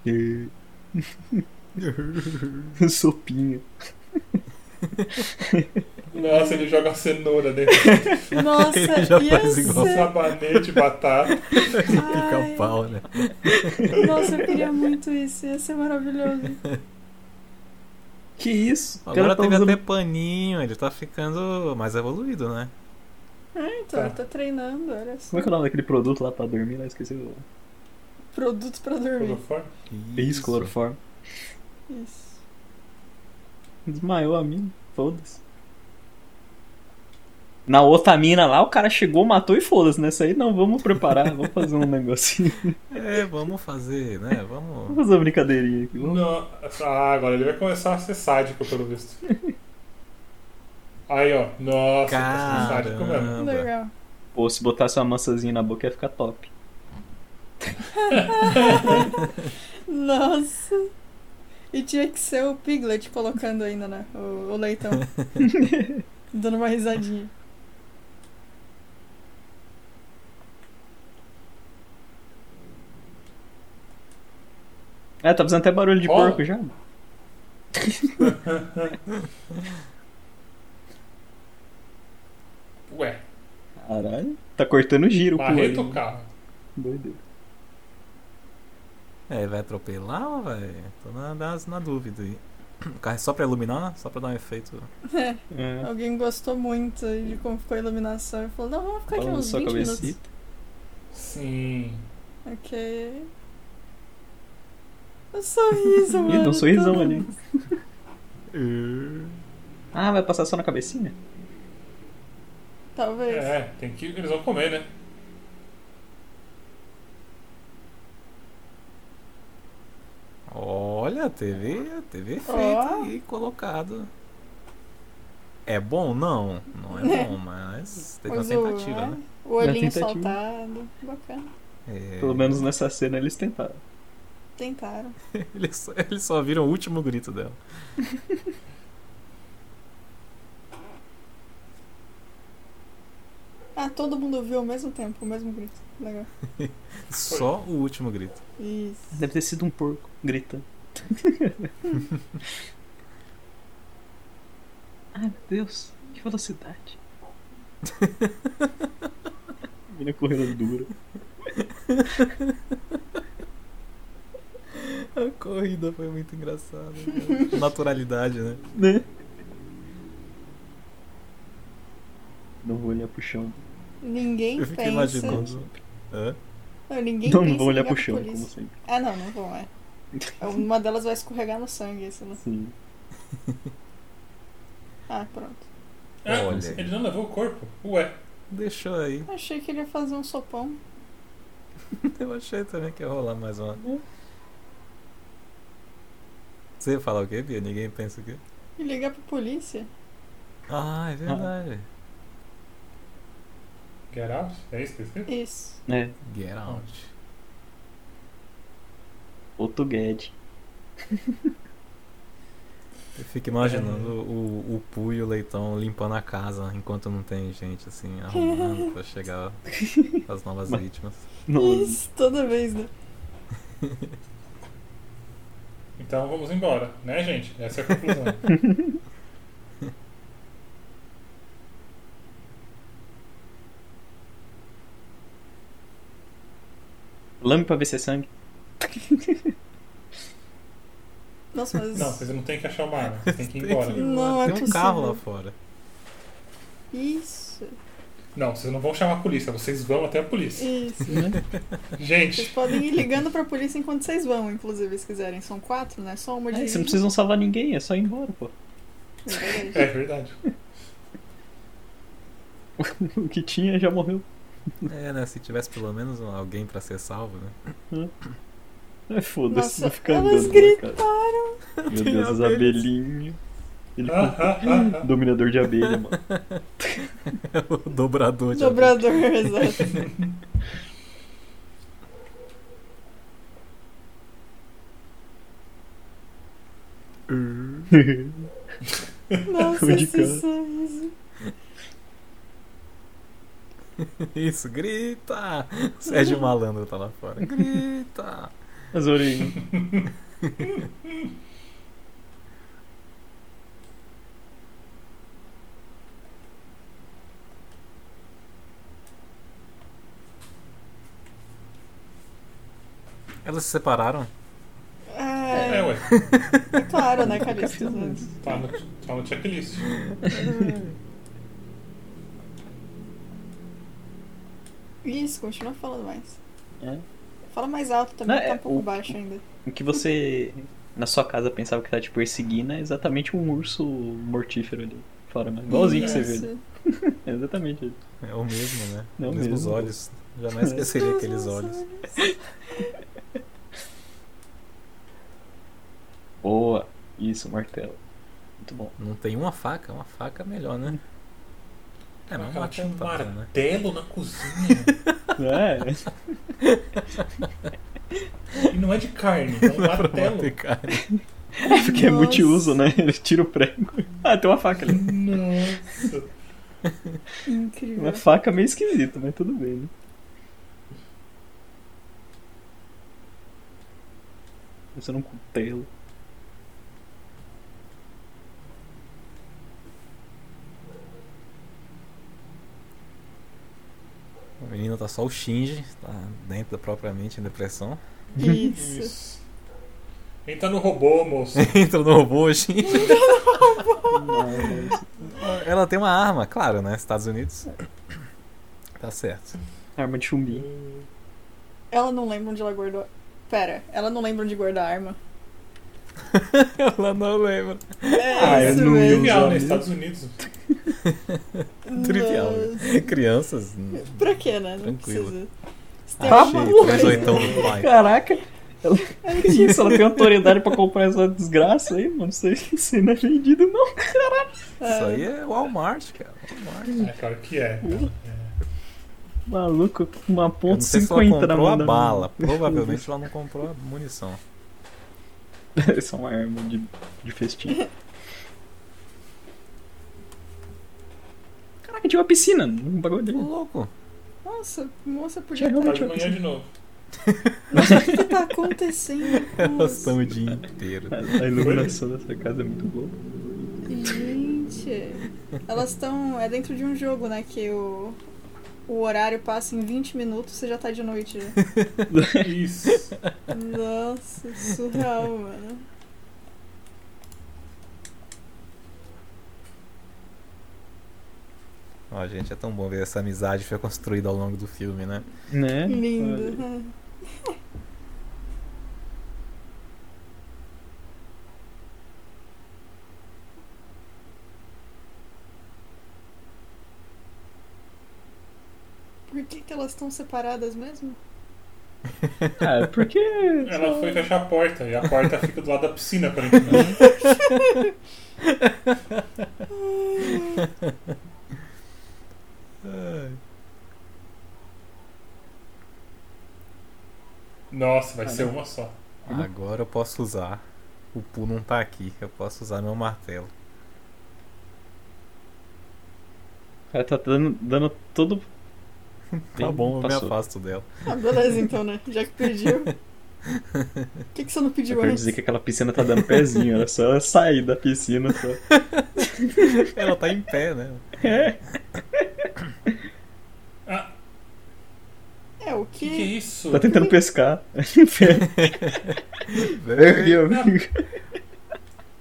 E- Sopinha.
Nossa, ele joga cenoura dentro
Nossa,
Ele já
ia
faz igual.
do
ser-
sabanete, batata.
Fica pau, né?
Nossa, eu queria muito isso. Ia ser maravilhoso.
Que isso? O
Agora
tá
teve
usando-
até paninho, ele tá ficando mais evoluído, né?
É, então,
Tá.
eu tô treinando, olha só.
Como é que é o nome daquele produto lá pra dormir? Lá, esqueci o.
Produto pra
é
dormir.
Cloroforme.
Isso, cloroforme.
Isso.
Desmaiou a mina. Foda-se. Na outra mina lá, o cara chegou, matou e foda-se. Nessa aí, não, vamos preparar, vamos fazer um negocinho.
É, vamos fazer, né? Vamos.
Vamos fazer uma brincadeirinha aqui. Vamos...
Nossa, ah, agora ele vai começar a ser sádico, pelo visto. Aí, ó. Nossa, tá sendo sádico mesmo.
Caramba.
Legal.
Pô, se botasse uma maçãzinha na boca ia ficar top.
Nossa. E tinha que ser o Piglet colocando ainda, né? O, o leitão. Dando uma risadinha.
É, tá fazendo até barulho de
Ó.
porco já.
Ué,
Caralho. Tá cortando giro, pô.
marreta o carro.
Doideira.
É, vai atropelar ou vai? Tô na, na, na dúvida aí. O carro é só pra iluminar? Só pra dar um efeito.
É,
É.
alguém gostou muito de como ficou a iluminação e falou: não, vamos ficar aqui
Balança
uns
sua
20 minutos.
cabecita.
Sim.
Ok. O sorriso, mano.
Ih, dá um sorrisão
todo-
ali. Ah, vai passar só na cabecinha?
Talvez.
É, tem que. Eles vão comer, né?
Olha, a TV, a TV feita
Ó.
e colocado. É bom? Não. Não é bom, mas teve uma
Pois o-
tentativa,
é,
né?
O olhinho
tentativa.
saltado. Bacana.
É,
Pelo menos nessa cena eles tentaram.
Tentaram.
Eles, só- eles só viram o último grito dela.
Ah, todo mundo viu ao mesmo tempo, o mesmo grito. Legal.
Só o último grito.
Isso.
Deve ter sido um porco gritando. Ai meu Deus, que velocidade. A menina correndo dura.
A corrida foi muito engraçada. cara. Naturalidade, né?
Né? Não vou olhar pro chão.
Ninguém
Eu fiquei
pensa.
Tá.
imaginando. Hã?
Não, ninguém
não,
pensa
não vou
em
olhar
ligar
pro
pra
chão, como
polícia.
sempre.
Ah, não, não vão, é. Uma delas vai escorregar no sangue, sei lá.
Sim.
Ah, pronto.
Ah,
Olha aí.
ele não levou o corpo? Ué.
Deixou aí.
Eu achei que ele ia fazer um sopão.
Eu achei também que ia rolar mais uma. Você ia falar o quê, Bia? Ninguém pensa o quê?
E ligar pra polícia?
Ah, é verdade.
Get out? É isso que tá escrito?
Isso.
É,
Get out.
outro Gued.
Eu fico imaginando o, o Pu e o Leitão limpando a casa enquanto não tem gente, assim, arrumando pra chegar as novas
Mas-
vítimas.
Nossa.
Isso, toda vez, né?
Então vamos embora, né, gente? Essa é a conclusão.
Lame pra ver se é sangue.
Nossa, mas.
não, é. vocês não tem que achar uma arma, vocês têm que ir embora.
que- Não é
Tem um carro
possível.
lá fora.
Isso.
Não, vocês não vão chamar a polícia, vocês vão até a polícia.
Isso.
Né?
Gente,
Vocês podem ir ligando pra polícia enquanto vocês vão, inclusive, se quiserem. São quatro, né? Só uma de.
É, vocês não precisam salvar ninguém, é só ir embora, pô.
é verdade.
O que tinha já morreu.
É, né? Se tivesse pelo menos um- alguém pra ser salvo, né?
É foda-se,
Nossa,
não fica andando.
elas
né, cara?
gritaram.
Meu
Tem
Deus, as
abelhas.
abelhinhas. Ele
Ah,
com
ah, ah, ah.
dominador de abelha, mano.
o dobrador de
Dobrador, exato.
abelha.
Nossa,
Onde cara?
esse sorriso.
Isso, grita! Sérgio
Uhum.
Malandro tá lá fora. Grita!
As orelhinhas.
Elas se separaram?
É,
Ah,
ué.
é claro, né, Calixto?
Café da manhã.
Tá no, tá no checklist.
Isso, continua falando mais.
É.
Fala mais alto também,
Não,
tá
é,
um pouco
o-
baixo ainda.
O que você, na sua casa, pensava que tá te perseguindo é exatamente um urso mortífero ali. Fora, mas igualzinho que você vê. ali.
Isso.
É exatamente ele.
É o mesmo, né?
É o
Os mesmos
mesmo. É.
olhos. Jamais esqueceria aqueles olhos.
Boa. Isso, martelo. Muito bom.
Não tem uma faca, uma faca é melhor, né? É, mas um
Ela tem
matinho
um
tá bom, né?
martelo na cozinha.
É,
E não é de carne, é um martelo.
Bater carne.
porque é
Nossa.
multiuso, né? Ele tira o prego. Ah, tem uma faca ali.
Nossa.
Incrível.
Uma faca meio esquisita, mas tudo bem, né? Você não cutelo.
O menino tá só o Shinji, tá dentro da própria mente em depressão.
Isso. É
Isso. Entra no robô, moço.
Entra no robô, o Shinji.
Mas...
Ela tem uma arma, claro, né? Estados Unidos. Tá certo.
Arma de chumbinho.
Ela não lembra onde ela guardou. Pera, ela não lembra onde guarda a arma.
Ela não lembra.
É
Ah, eu
isso
não ia
mesmo.
Trivial, né?
usar
Estados Unidos.
Trivial. né?
Nossa.
Crianças. hum,
Pra quê, né? Não
Tranquilo.
precisa. Se tem
Achei,
alguma
Tá três
coisa-
oitão do pai.
Caraca, Ela... Que isso, ela tem autoridade pra comprar essa desgraça aí, mano. Isso aí, isso aí não é vendido, não.
Isso aí é Walmart, cara. Walmart. Eu
É claro que é.
Uhum.
cara.
Maluco, uma
não
ponto
sei se ela
50 na
comprou
mão
a
da-
bala. Provavelmente ela não comprou a munição.
Isso é uma arma de, de festim. Caraca, tinha uma piscina um bagulho
Ô,
dele.
louco.
Nossa, moça, por que
Tinha
Tá
realmente
de
uma
manhã
piscina.
de novo.
que tá acontecendo?
Elas estão o dia inteiro.
A iluminação dessa casa é muito boa.
Gente, elas estão. É dentro de um jogo, né? Que o, o horário passa em 20 minutos, você já tá de noite. né?
Isso.
Nossa, surreal, mano.
Ó, gente, é tão bom ver essa amizade que foi construída ao longo do filme, né?
Né?
Lindo. Por que, que elas estão separadas mesmo?
Ah, porque.
Ela foi fechar a porta e a porta fica do lado da piscina, aparentemente. Nossa, vai ser uma só.
Agora eu posso usar. O Poo não tá aqui, eu posso usar meu martelo.
Tá Ela tá dando, dando todo.
Tá bom, eu me
passou.
afasto dela.
Ah, beleza então, né? Já que pediu. Por que, que você não
Eu
pediu
quero
antes?
dizer que aquela piscina tá dando pezinho, era só ela sair da piscina só.
Ela tá em pé, né?
É.
Ah,
É, o
que, que é
que?
isso?
Tá tentando pescar. Perdeu, amigo.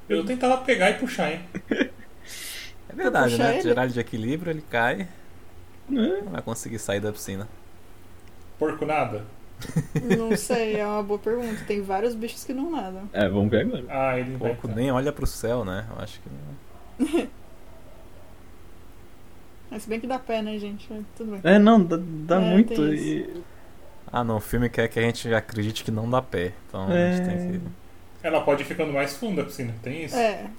Eu tentava pegar e puxar, hein?
É verdade,
Pra puxar
né?
ele.
Tirar ele de equilíbrio, ele cai,
É.
não vai conseguir sair da piscina.
Porco nada?
Não sei, é uma boa pergunta. Tem vários bichos que não nadam.
É, vamos ver agora.
Ah, ele
O
vai.
porco Um nem olha pro céu, né? Eu acho que não.
Mas se bem que dá pé, né, gente? Tudo bem.
É, não, dá, dá
É,
muito.
tem
E...
Ah, não, o filme quer que a gente acredite que não dá pé. Então a gente
É.
tem que.
Ela pode ir ficando mais funda a piscina, tem isso? É.
É.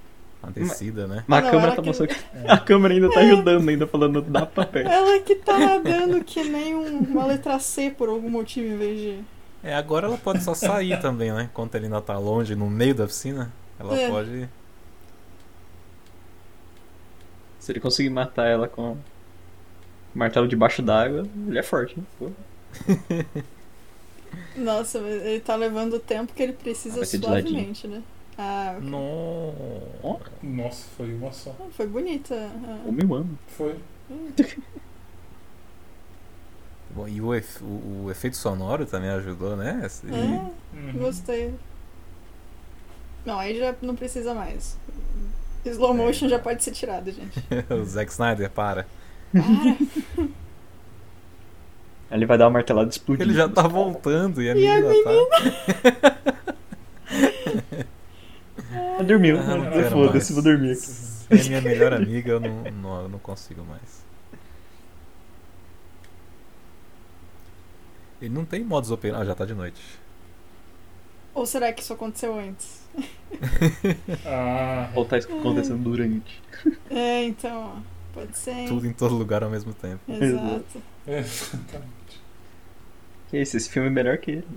Uma descida, né?
Mas a
Ah, Não,
câmera
ela
tá
que-
mostrando. A câmera ainda tá ajudando, ainda falando dá pra pé.
Ela que tá nadando que nem um- uma letra C por algum motivo em vez de.
É, agora ela pode só sair também, né? Enquanto ele ainda tá longe, no meio da piscina, ela
É.
pode.
Se ele conseguir matar ela com martelo debaixo d'água, ele é forte, né? Pô.
Nossa, mas ele tá levando o tempo que ele precisa
Ah, vai ser de
suavemente, né? Ah, ok.
Não.
Nossa, foi uma só.
Ah, foi bonita. ah.
Homem humano.
Foi.
Bom, e o, efe- o- o efeito sonoro também ajudou, né? Esse-
É,
Uhum.
gostei. Não, aí já não precisa mais. Slow motion já pode ser tirado, gente.
o Zack Snyder, para.
Para.
Aí Ele vai dar uma martelada e explodir.
Ele já tá voltando e a
E a
menina tá.
Ela dormiu.
Ah, não
né?
quero
Foda-se,
mais.
vou dormir aqui.
É minha melhor amiga, eu não, não, eu não consigo mais. Ele não tem modus operandi. Ah, já tá de noite.
Ou será que isso aconteceu antes?
Ah,
Ou tá isso acontecendo durante.
É, então, ó, pode ser. hein?
Tudo em todo lugar ao mesmo tempo.
Exato.
é, exatamente.
Que isso, esse filme é melhor que ele.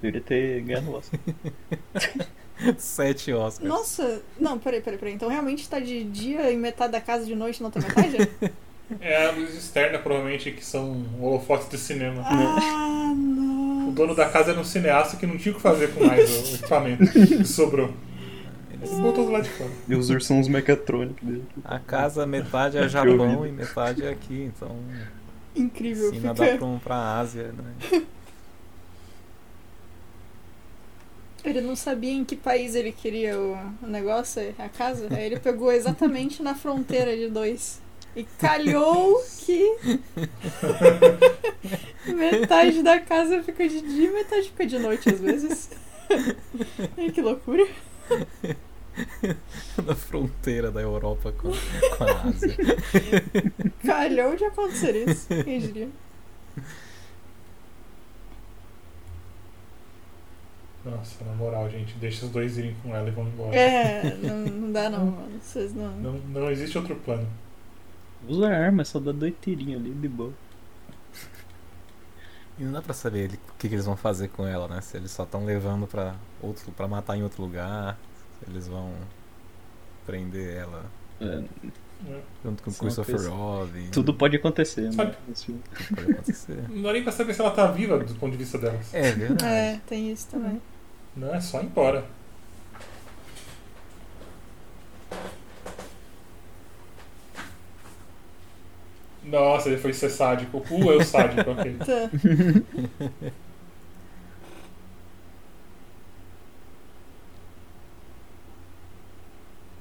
Deveria ter ganhado o Oscar.
Sete Oscars.
Nossa, não, peraí, peraí, peraí. Então realmente tá de dia em metade da casa, de noite na outra metade?
É a luz externa, provavelmente, que são holofotes do cinema.
ah, não.
O dono da casa era um cineasta que não tinha o que fazer com mais o equipamento que sobrou. Ele botou do lado de fora.
E os ursãos mecatrônicos dele.
A casa, metade é
Que
Japão
horrível.
e metade é aqui. Então,
Incrível,
China dá
fica.
pra, um- pra Ásia, né?
Ele não sabia em que país ele queria o, o negócio, a casa. Aí ele pegou exatamente na fronteira de dois. E calhou que metade da casa fica de dia e metade fica de noite às vezes. Ai, que loucura.
Na fronteira da Europa com, com a Ásia.
Calhou de acontecer isso, quem diria.
Nossa, na moral, gente, deixa os dois irem com ela e vão embora.
É, não, não dá não, mano. Vocês não.
Não, não existe outro plano.
Usa a arma, é só dá dois tirinhos ali, de boa.
E não dá pra saber ele- o que, que eles vão fazer com ela, né? Se eles só estão levando pra, outro, pra matar em outro lugar, se eles vão prender ela
É,
É.
junto com o
Isso é uma
Christopher
coisa-
Robin.
tudo pode acontecer,
Sabe-
né? nesse filme.
tudo pode acontecer.
Não dá nem pra saber se ela tá viva do ponto de vista delas.
É verdade.
É, tem isso também.
Não, é só ir embora. Nossa, ele foi ser sádico. Uh, eu sádico, ok.
Tá.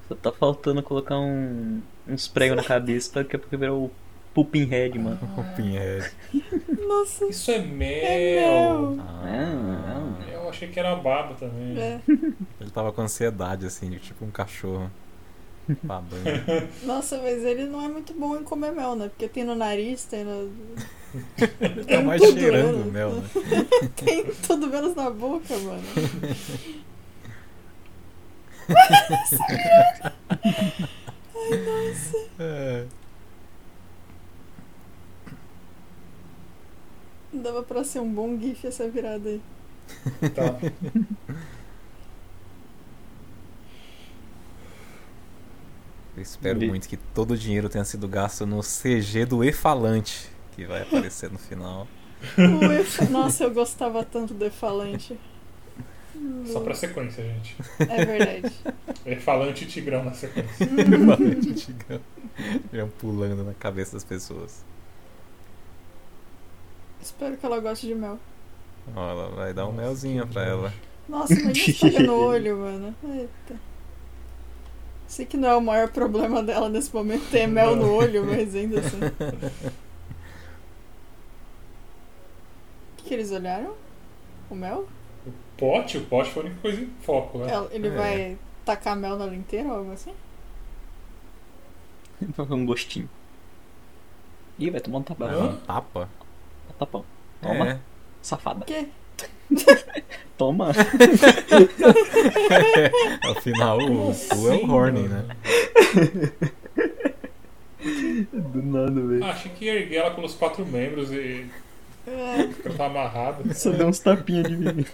Só tá faltando colocar um, uns pregos na cabeça pra daqui a pouco virar o Pupin Head, mano.
O Pinhead.
Nossa.
Isso é
É
mel.
meu.
Ah,
Ah,
Eu achei que era baba também.
É.
ele tava com ansiedade, assim, de tipo um cachorro. Babando.
Nossa, mas ele não é muito bom em comer mel, né? Porque tem no nariz, tem no.
Ele tá mais
tudo,
cheirando
né?
o mel, né?
Tem tudo menos na boca, mano.
É.
Dava pra ser um bom gif essa virada aí.
Tá.
Eu espero
Ele-
muito que todo o dinheiro tenha sido gasto no CG do E-Falante, que vai aparecer no final.
O efa- Nossa, eu gostava tanto do falante.
Só pra sequência, gente.
É verdade.
É falante e tigrão na sequência.
E-Falante antigão. Irão um pulando na cabeça das pessoas.
Espero que ela goste de mel.
Ó, Ela vai dar um melzinho pra ela.
Nossa, imagina estaca no olho, mano. Eita. Sei que não é o maior problema dela nesse momento ter mel no olho, mas ainda assim. O que, que eles olharam? O mel?
Pote, o pote foi a única coisa em foco, né?
Ela- Ele
É.
vai tacar mel nela inteira ou algo assim?
Pra um gostinho. Ih, vai tomar um
Vai
tabaco.
dar um tapa?
Um tapão. Toma,
É.
safada.
O quê?
Toma.
Afinal, o, o é
Sim,
o Horny,
assim, mano.
né?
Do nada, velho.
Ah, achei que ia erguer ela pelos quatro membros e
É.
que ela tá amarrada.
Só deu uns tapinhas de mim.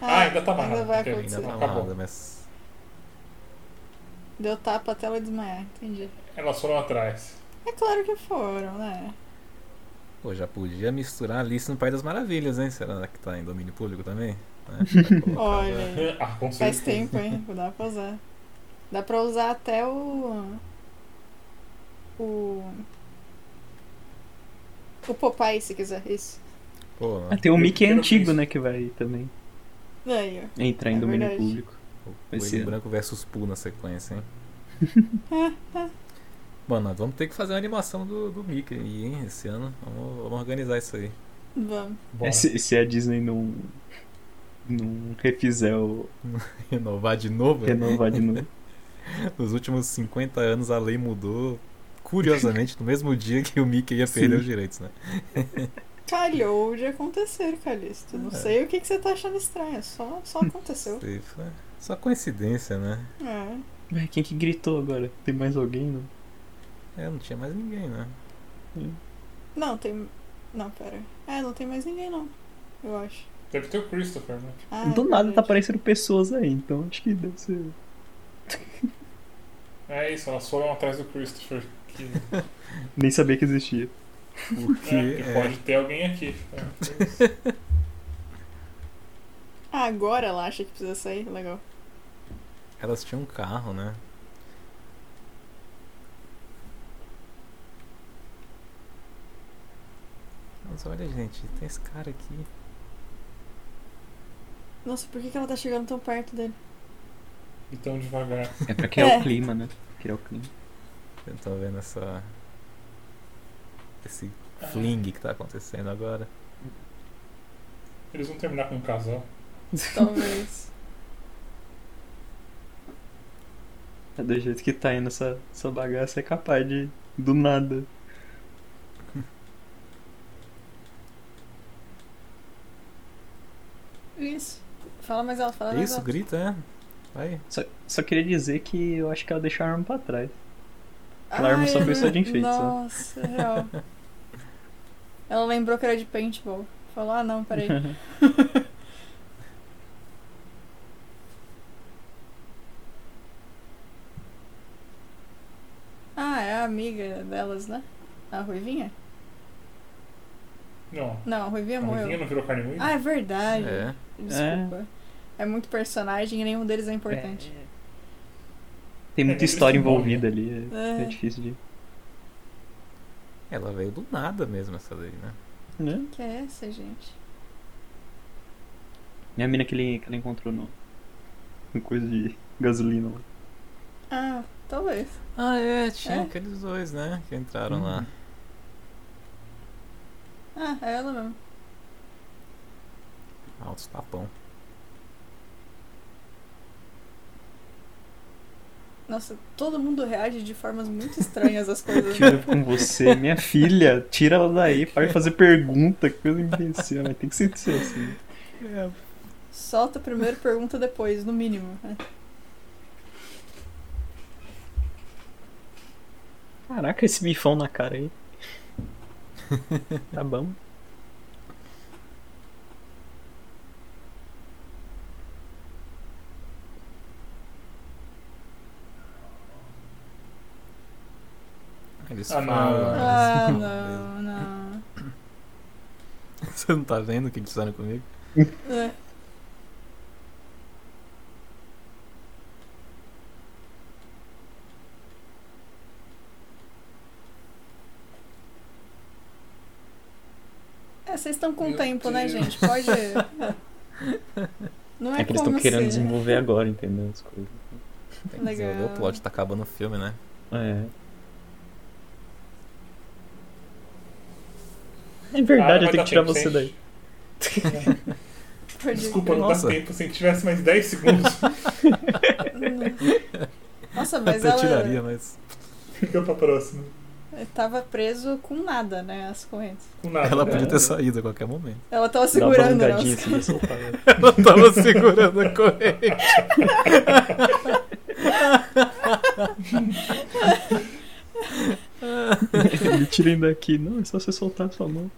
Ah, ainda tá amarrado.
É. Ainda vai
Ok,
acontecer.
Ainda tá
Acabou.
amarrada, mas.
Deu tapa até ela desmaiar, entendi.
Elas foram atrás.
É claro que foram, né?
Pô, já podia misturar a Alice no País das Maravilhas, hein? Será que tá em domínio público também? Né? Vai colocar lá.
Olha aí.
Ah, com
Faz
certeza.
tempo, hein? Vou dar pra usar. Dá pra usar até o. O. O Popeye, se quiser. Isso.
Pô, mano.
Ah, tem o Mickey
Eu quero
antigo,
isso.
né, que vai também
Aí, ó.
entrar em
É
domínio
verdade.
público.
O
Vai
coelho
ser.
branco versus Pooh na sequência, hein? Mano, nós vamos ter que fazer uma animação do, do Mickey aí, hein, esse ano. Vamos, vamos organizar isso aí.
Vamos.
Bora.
É, se, se a Disney não, não refizer o
Renovar de novo. né?
renovar de novo.
Nos últimos 50 anos a lei mudou, curiosamente, no mesmo dia que o Mickey ia perder
Sim.
os direitos, né?
Calhou de acontecer, Calixto. Não
É.
sei o que, que você tá achando estranho. Só, só aconteceu.
Sei, foi é Só coincidência, né?
É.
Ué, quem que gritou agora? Tem mais alguém? Não?
É, não tinha mais ninguém, né?
Não, tem. Não, pera. É, não tem mais ninguém, não. Eu acho.
Deve ter o Christopher, né?
Ah,
Do
é
nada tá
verdade.
aparecendo pessoas aí, então acho que deve ser.
É isso, elas foram atrás do Christopher. Que,
Nem sabia que existia.
Porque
né, que
é,
pode ter alguém aqui. É,
Ah, agora ela acha que precisa sair. Legal.
elas tinham um carro, né? Mas olha, gente, tem esse cara aqui.
Nossa, por que, que ela tá chegando tão perto dele?
E tão devagar.
É pra criar
É.
o clima, né? Criar o clima.
Eu tô vendo essa. Esse fling que tá acontecendo agora.
Eles vão terminar com um casal.
Talvez.
É do jeito que tá indo essa, essa bagaça, é capaz de. Do nada.
Isso. Fala mais alto, fala
É
mais
isso,
alto.
grita, é? Vai.
Só, só queria dizer que eu acho que ela deixou a arma pra trás. Aquela
Ai,
arma só foi só de
eu-
enfeite, só.
Nossa, é real. Ela lembrou que era de paintball. Falou, ah não, peraí. ah, é a amiga delas, né? A Ruivinha?
Não.
Não, a Ruivinha
A
morreu.
Ruivinha né? não virou carne moída?
Ah, é verdade.
É.
Desculpa. É. muito personagem e nenhum deles é importante.
É. Tem muita
É,
história
eles não
envolvida ali. É,
É.
é difícil de.
Ela veio do nada mesmo essa daí, né?
Né?
Que é essa, gente?
E a mina que ele, que ele encontrou no. no coisa de gasolina lá.
Ah, talvez.
Ah, é, tinha
É?
aqueles dois, né? Que entraram
Uhum.
lá.
Ah, é ela mesmo.
Hum.
Altos papão.
Nossa, todo mundo reage de formas muito estranhas às coisas. né?
Tira com você, minha filha, tira ela daí, para de fazer pergunta, que coisa imbecil, mas tem que ser ser assim.
É.
Solta primeiro, pergunta depois, no mínimo. né?
Caraca, esse bifão na cara aí. Tá bom.
Eles
Ah, não.
falam. eles
Ah,
falam mesmo.
não, não.
Você não tá vendo o que eles fizeram comigo?
É. É, vocês estão com
Meu
tempo, né,
Deus.
gente? Pode. Não é,
É que eles
como
estão querendo
se-
desenvolver agora, entendeu? As coisas.
Tem que desenvolver o
Legal.
plot, tá acabando o filme, né?
É. É verdade, eu
Ah, vai
tenho
dar
que tirar
tempo,
você
sim. É.
daí.
Pode-
Desculpa, não
Nossa.
dá tempo. Se tivesse mais 10 segundos,
Nossa, mas
Até
ela
tiraria, mas.
fica pra próxima.
tava preso com nada, né? As correntes.
Com nada.
ela
né?
podia ter saído a qualquer momento.
Ela tava
Dá uma
segurando, né?
alongadinha assim, pra soltar ela.
Ela tava segurando a corrente.
Me tirem daqui. Não, é só você soltar a sua mão.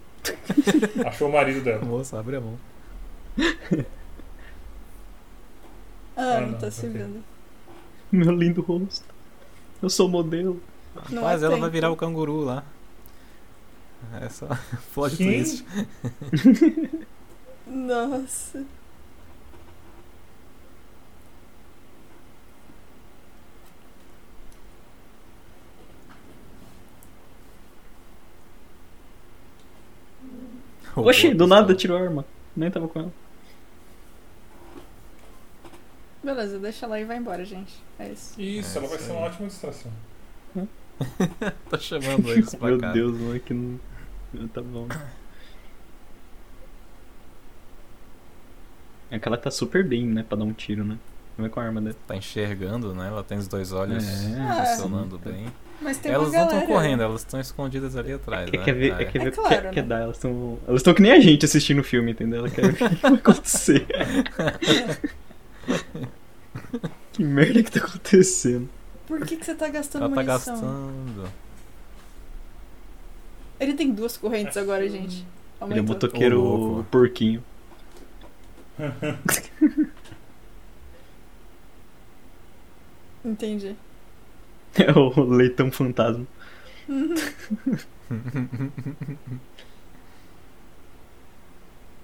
Achou o marido dela.
Moça, abre a mão.
Ah,
Ah,
não
não,
tá
ok.
segurando.
Meu lindo rosto. Eu sou modelo.
Não
Mas
há
ela vai
tempo.
virar o canguru lá. É só plot
Quem?
twist.
Nossa.
Oxi,
Robô,
do
pessoal.
nada tipo, tirou a arma. Nem tava com ela.
Beleza, deixa ela e vai embora, gente. É isso.
Isso,
É,
ela vai
isso
ser uma
aí.
ótima distração.
Tá chamando eles pra
Meu
cá.
Deus, moleque. Não... Tá bom. É que ela tá super bem, né? Pra dar um tiro, né? Não é com a arma dela.
Tá enxergando, né? Ela tem os dois olhos
É.
funcionando
Ah.
bem.
Mas tem
Elas
uma
não
galera.
estão correndo, elas estão escondidas ali atrás.
É
né?
que é ver, é
Ah,
que
É
ver o
claro,
que, que
né?
dá. Elas estão elas tão que nem a gente assistindo o filme, entendeu? Ela quer ver o que vai acontecer. que merda que tá acontecendo?
Por que, que você tá gastando
Ela tá
munição?
gastando.
Ele tem duas correntes agora, gente.
Ele é um
Aumentou.
Ô,
motoqueiro
louco.
porquinho.
Entendi.
É o leitão fantasma.
Uhum.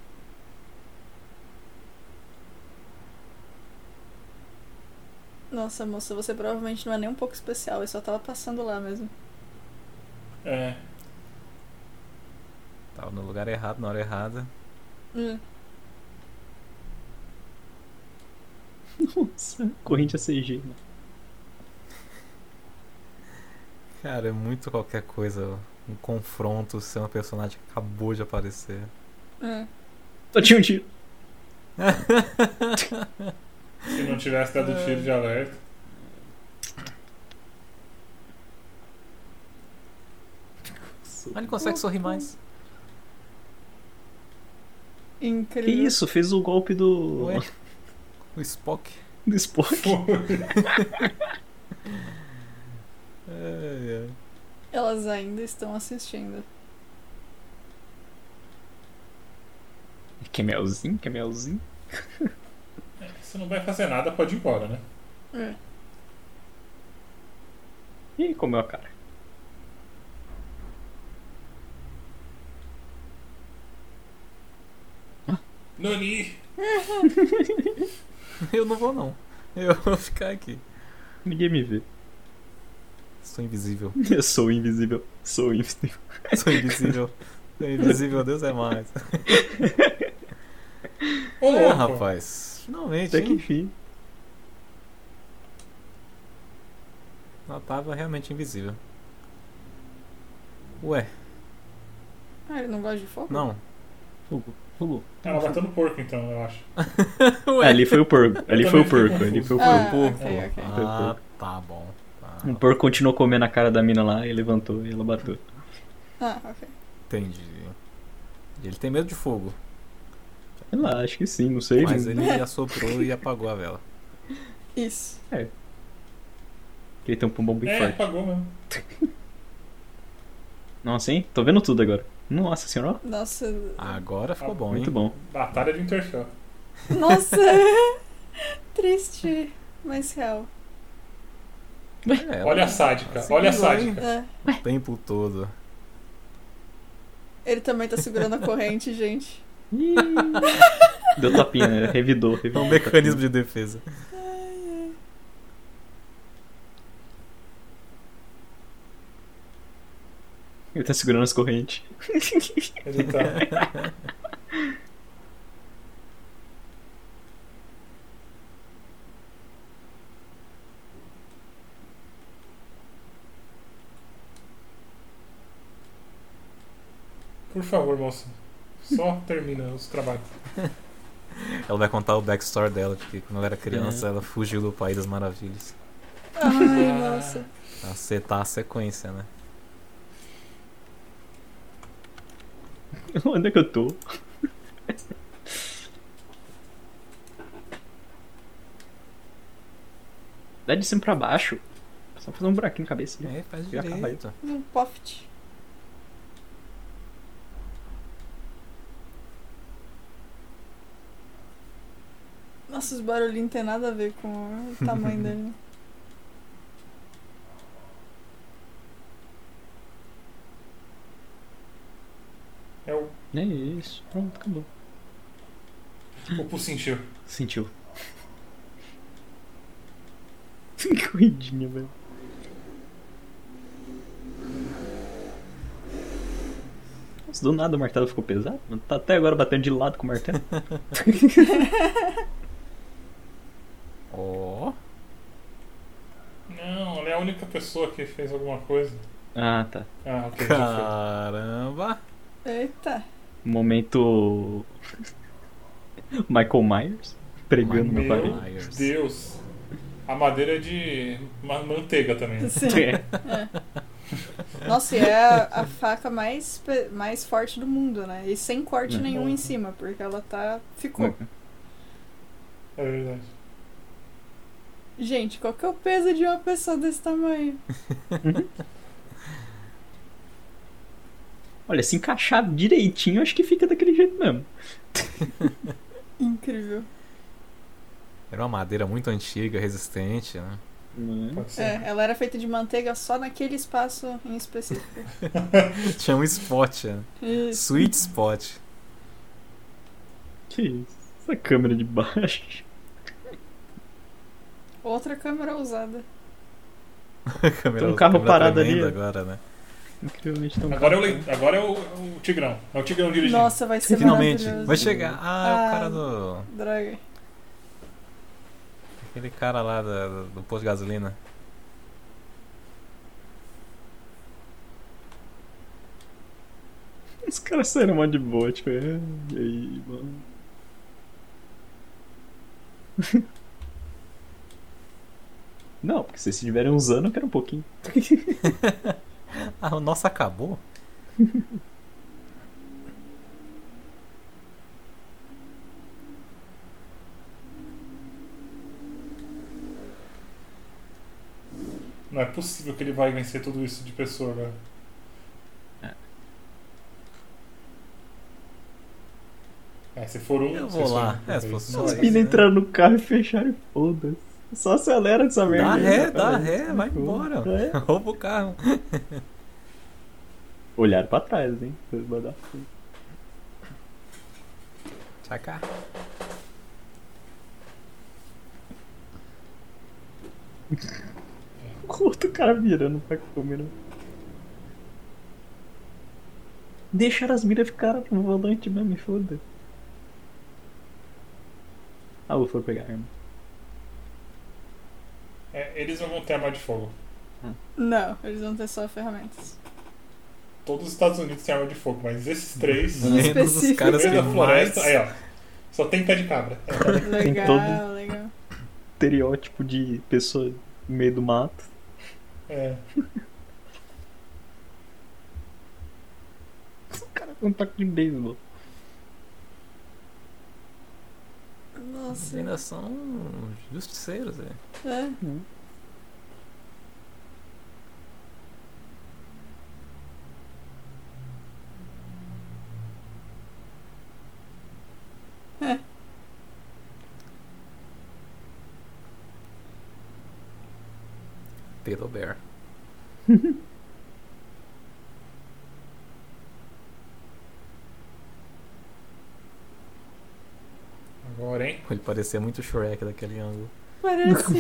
Nossa, moça, você provavelmente não é nem um pouco especial. Eu só tava passando lá mesmo.
É.
Tava no lugar errado, na hora errada.
Hum.
Nossa, corrente a CG. né?
Cara, é muito qualquer coisa. Um confronto ser uma personagem que acabou de aparecer.
Hum.
Só tinha um tiro.
Se não tivesse dado
Ah.
tiro de alerta.
Mas ele consegue sorrir mais.
Que
Incrível.
isso? Fez o golpe do.
Ué, o Spock.
do Spock.
Ai, ai.
Elas ainda estão assistindo.
Que melzinho, que melzinho.
É, Você não vai fazer nada, pode ir embora, né?
É.
Ih, comeu a cara.
Nani!
Eu não vou não. Eu vou ficar aqui.
Ninguém me vê.
Sou invisível.
Eu sou invisível. Sou invisível.
Sou invisível. Sou invisível, Deus é mais.
Ô,
É,
louco!
rapaz. Finalmente,
Até que
hein?
enfim.
Ela tava realmente invisível. Ué,
Ah, ele não gosta de fogo?
não.
Pulou. Pulou.
Ela bateu no porco, então, eu acho.
Ué.
É, Ali foi o porco. Ali
Eu
foi
também
o
fiquei
porco. Ali foi
confuso.
o porco.
Ah,
porco.
ok, ok.
Ah, tá bom. Tá.
O porco continuou comendo a cara da mina lá e levantou e ela bateu.
Ah, ok.
Entendi. Ele tem medo de fogo,
Sei lá, "Ah, acho que sim, não sei.
mas
não-
ele assoprou e apagou a vela.
Isso.
Ele tem um pulmão bem
é,
forte.
apagou mesmo.
Nossa, hein? Tô vendo tudo agora. Nossa senhora,
Nossa.
Agora ficou
Ah,
bom, hein?
muito bom.
Batalha de Interfell.
Nossa! Triste, mas real.
É,
Olha a
ela-
sádica,
Assim,
olha a
hein?
sádica.
É.
o tempo todo.
Ele também tá segurando a corrente, gente.
Ih. Deu tapinha, né? revidou,
É
revidou.
um mecanismo de defesa.
Ai, ai.
Ele tá segurando as correntes.
Ele tá. Por favor, moça. Só termina os trabalhos.
Ela vai contar o backstory dela, porque quando ela era criança, ela fugiu do País das Maravilhas.
Ai, nossa.
Acertar a sequência, né?
Onde é que eu tô? Dá de cima pra baixo. Só fazer um buraquinho na cabeça. né?
É, faz
Já acabou.
direito.
Um poft. Nossa, os barulhinhos não tem nada a ver com o tamanho dele. né?
É o,
É isso, pronto, acabou.
tipo, o pulso encheu.
Sentiu. Que corridinha, velho. Nossa, do nada o martelo ficou pesado. mano. Tá até agora batendo de lado com o martelo.
Ó,
Não, ela é a única pessoa que fez alguma coisa.
ah, tá.
Ah, ok. já
caramba.
Eita.
Momento. Michael Myers pregando na
foi.
Michael
parede.
Meu
Myers.
Deus. A madeira é de ma- manteiga também. né?
Sim.
É.
Nossa, e é a, a faca mais, pe- mais forte do mundo, né? E sem corte
Hum.
nenhum em cima, porque ela tá. ficou.
É verdade.
Gente, qual que é o peso de uma pessoa desse tamanho?
Olha, se encaixar direitinho, acho que fica daquele jeito mesmo.
Incrível.
Era uma madeira muito antiga, resistente, né?
Hum,
Pode ser.
É, ela era feita de manteiga só naquele espaço em específico.
Tinha um spot, né?
Isso.
Sweet spot.
Que isso? Essa câmera de baixo.
Outra câmera usada.
Câmera,
Tem um carro
câmera
parado
tremenda
ali.
agora, né?
Incrivelmente tão
Agora é, o, le- agora é o, o Tigrão. É o Tigrão dirigindo.
Nossa, vai ser
Finalmente,
maravilhoso.
vai chegar. Ah, é o
Ah.
cara do.
Droga.
Aquele cara lá da- do posto de gasolina.
Os caras saíram mó de boa, tipo, é, e aí, mano. Não, porque se vocês estiverem usando, eu quero um pouquinho.
Ah, o nosso acabou?
Não é possível que ele vai vencer tudo isso de pessoa agora. É, se for um.
Eu
se
vou
for
lá.
um,
É, se
talvez.
for só
Não
Os
isso. Mas
sei.
meninos
é.
entraram no carro e fecharam e foda-se. Só acelera essa merda.
Dá
aí,
ré,
né,
dá
cara?
ré, vai embora.
É.
Rouba o carro.
Olharam pra trás, hein? Foi mandar.
Sacar.
Curto o cara virando pra câmera. Deixaram as miras ficar no volante mesmo, e foda. Ah, eu foi pegar a arma.
É, eles não vão ter arma de fogo.
Não, eles vão ter só ferramentas.
Todos os Estados Unidos têm arma de fogo, mas esses três.
Em
Menos os
específico.
no
caras é que
meio da
mais.
É floresta. Aí, ó. Só tem pé de cabra.
Legal,
todo-
legal.
Estereótipo de pessoa no meio do mato.
É.
O cara com um taco de beisebol.
Eles
Nossa.
ainda são justiceiros, é.
É.
Hum.
É.
Pedro Bear.
Agora, hein?
Ele parecia muito Shrek daquele ângulo.
Parece.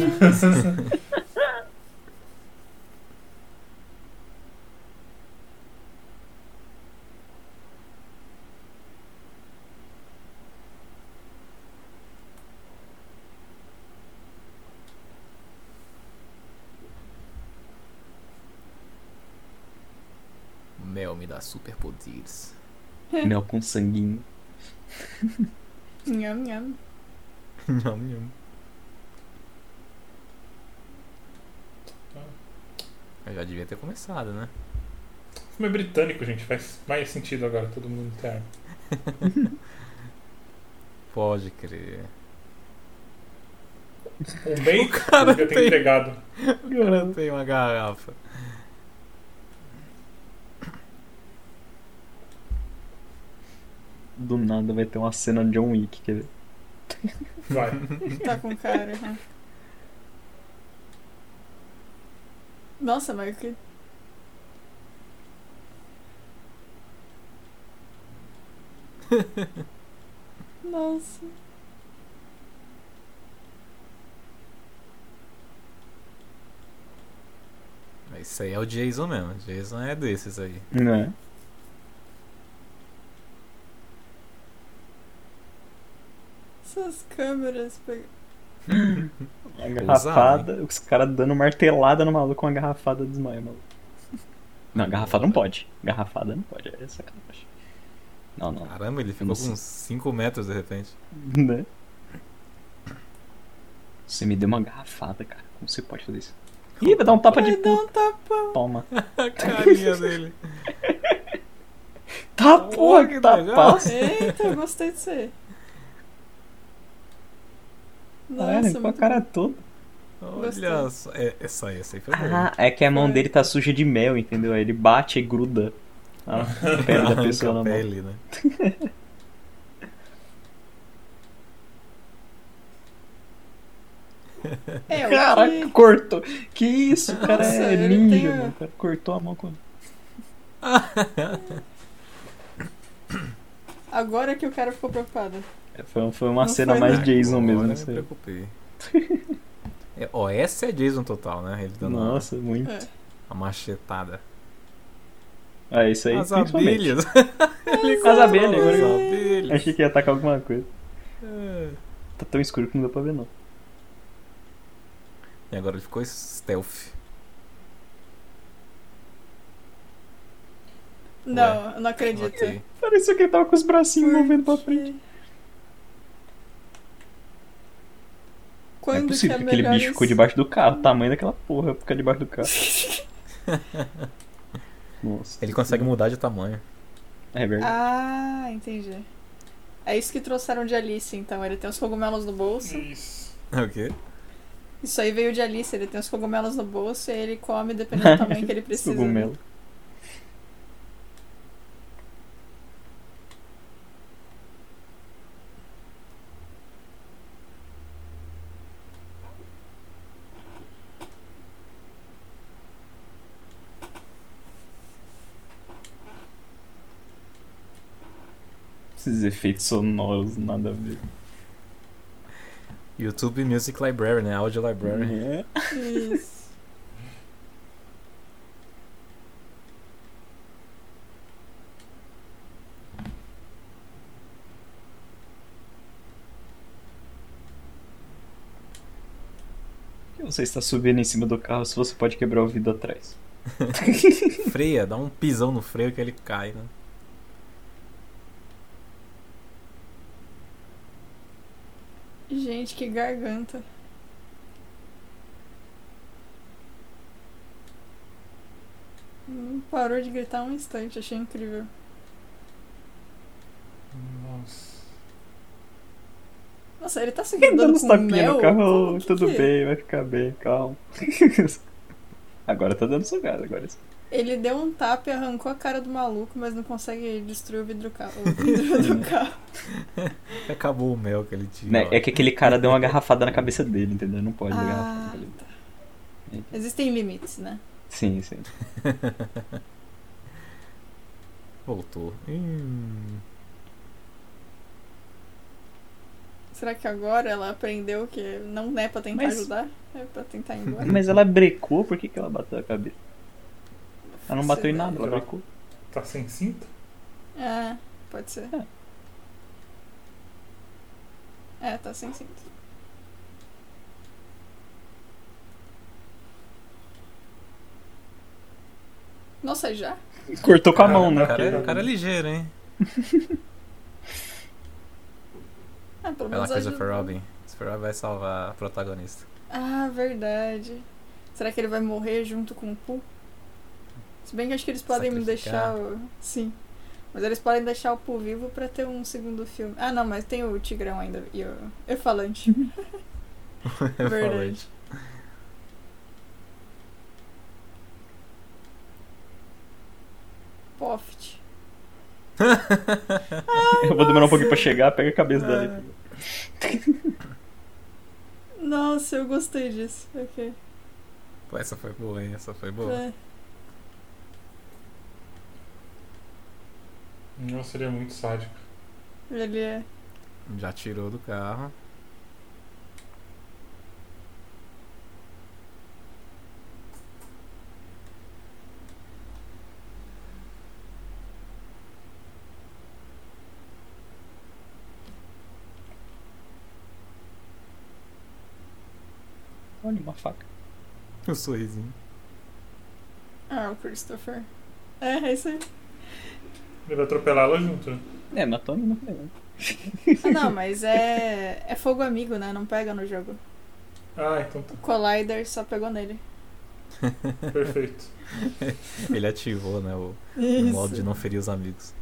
Mel me dá superpoderes.
Mel com sanguinho.
nham, nham.
Nham, nham. Eu já devia ter começado, né?
O filme é britânico, gente. Faz mais sentido agora todo mundo ter arma.
Pode crer.
Um bem
O cara
devia ter
tem-
entregado.
O cara tem uma garrafa.
Do nada vai ter uma cena de John Wick, quer ver?
Vai.
Tá com cara. né? Nossa, mas que. Nossa.
Mas Isso aí é o Jason mesmo. Jason é desses aí.
Né?
Essas câmeras. pe-
A garrafada, os caras dando martelada no maluco com a garrafada desmaia, maluco. Não, garrafada não pode. Garrafada não pode, é sacanagem. Não, não.
Caramba, ele ficou com
Nossa.
uns 5 metros de repente.
Né? Você me deu uma garrafada, cara. Como você pode fazer isso? Ih, vai dar um tapa de
Ai, dá
puta.
um tapão.
Toma.
A carinha dele.
Tá
Porra,
porra,
que
que tá
legal.
passa.
Eita, eu gostei disso aí. Nossa,
Cara, com Tá a
muito
cara toda.
Olha só. É, essa aí, essa aí foi
Ah,
boa.
é que a mão
Foi.
dele tá suja de mel, entendeu? Aí Ele bate e gruda
Ah.
Ah. a pele da
Arranca
pessoa
a
na mão.
pele, né?
É, o
Caraca,
que...
cortou. Que isso, o cara
Nossa,
é
ele
ninja,
tem a-
mano. O cara cortou a mão com.
Agora que o cara ficou preocupado.
É, Foi, foi uma
Não
cena
foi,
mais
né?
Jason
É, Agora
mesmo,
me
isso aí.
preocupei. É, ó, essa é Jason total, né? Ele dando uma-
Nossa, muito.
É.
uma machetada.
Ah, isso aí.
As
principalmente.
abelhas.
As abelhas,
As
Tá né? agora.
abelhas.
Achei que ia atacar alguma coisa.
É.
Tá tão escuro que não dá pra ver, não.
E agora ele ficou stealth.
Não, eu não acredito.
Ok.
Parecia que ele tava com os bracinhos movendo pra frente.
Quando
é possível
que
que
é
aquele
melhor
bicho ficou
isso?
debaixo do carro. O tamanho daquela porra ficar debaixo do carro. Nossa.
Ele consegue mudar de tamanho.
É verdade.
Ah, entendi. É isso que trouxeram de Alice, então. Ele tem os cogumelos no bolso.
Isso.
É O quê?
Isso aí veio de Alice, ele tem os cogumelos no bolso e ele come dependendo do tamanho que ele precisa. né?
Cogumelo. Esses efeitos sonoros, nada a ver.
YouTube Music Library, né? Audio Library.
É.
Isso.
Por que você está tá subindo em cima do carro se você pode quebrar o vidro atrás? Uhum.
Freia, dá um pisão no freio que ele cai, né?
Gente, que garganta. Não Hum, parou de gritar um instante, achei incrível.
Nossa.
Nossa, ele tá se
Ele dando
grudando
uns
com
tapinhas
mel?
no carro,
Que
tudo
que é?
bem, vai ficar bem, calma. agora tá dando sugado, agora sim.
Ele deu um tapa e arrancou a cara do maluco, mas não consegue destruir o vidro, do ca- o vidro do carro.
Acabou o mel que ele tinha.
Né,
ó.
É que aquele cara deu uma garrafada na cabeça dele, entendeu? Não pode dar garrafada na
Ah,
cabeça.
tá. Existem limites, né?
Sim, sim.
Voltou. Hum.
Será que agora ela aprendeu que não é pra tentar
Mas-
ajudar? É pra tentar ir embora?
Mas ela brecou, por que, que ela bateu a cabeça? Ela não bateu em nada, ela
Sei lá.
brecou.
Tá sem cinto?
É, pode ser. É, tá sem cinto. Nossa, já?
Cortou com a mão, né?
O cara, é- o
Porque-
cara é ligeiro, hein?
Ah, pelo
Vai lá,
menos
Christopher
ajudou.
Robin. Christopher Robin vai salvar a protagonista.
Ah, verdade. Será que ele vai morrer junto com o Pooh? Se bem que acho que eles podem me
Sacrificar.
deixar. o- Sim. Mas eles podem deixar o Pooh vivo pra ter um segundo filme. Ah, não, mas tem o Tigrão ainda e o e o Falante.
Eu
Verdade.
falei.
Poft.
Eu vou demorar um pouquinho pra chegar, pega a cabeça
Ah.
dela. e-
Nossa, eu gostei disso. Ok.
Pô, essa foi boa, hein? Essa foi boa.
É.
Não, seria muito sádico.
Ele é.
Já tirou do carro.
Olha, uma faca.
Um sorrisinho.
Ah, o Christopher. É, é isso aí.
Ele vai atropelar ela junto, né?
É, matou não foi, né?
Ah, não, mas é. É fogo amigo, né? Não pega no jogo.
Ah, então
O Collider só pegou nele.
tá perfeito.
Ele ativou, né? O, o
Isso.
modo de não ferir os amigos.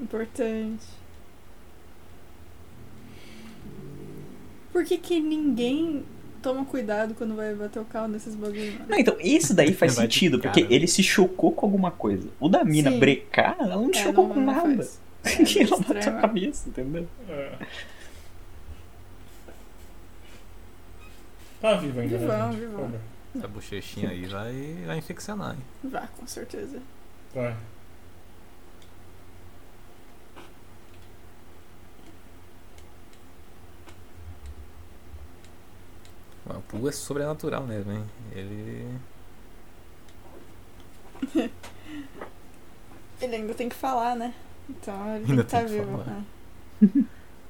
Importante. Por que que ninguém toma cuidado quando vai bater o carro nesses bagulhos? mano?
Não, então, isso daí faz
Vai de
sentido,
cara.
porque ele se chocou com alguma coisa. O da mina
Sim.
brecar, ela não
É,
chocou
não-
com
não
nada.
faz. É,
E ela
estranho,
bateu a
né?
cabeça, entendeu?
É. Tá vivo ainda,
Vivão,
né? gente?
vivão.
Olha,
Essa bochechinha aí vai, vai infeccionar, hein?
Vá, com certeza.
Vai.
Mas O Pooh é sobrenatural mesmo, hein? Ele.
Ele ainda tem que falar, né? Então ele
Ainda
tem que estar
tem que
vivo.
falar.
né?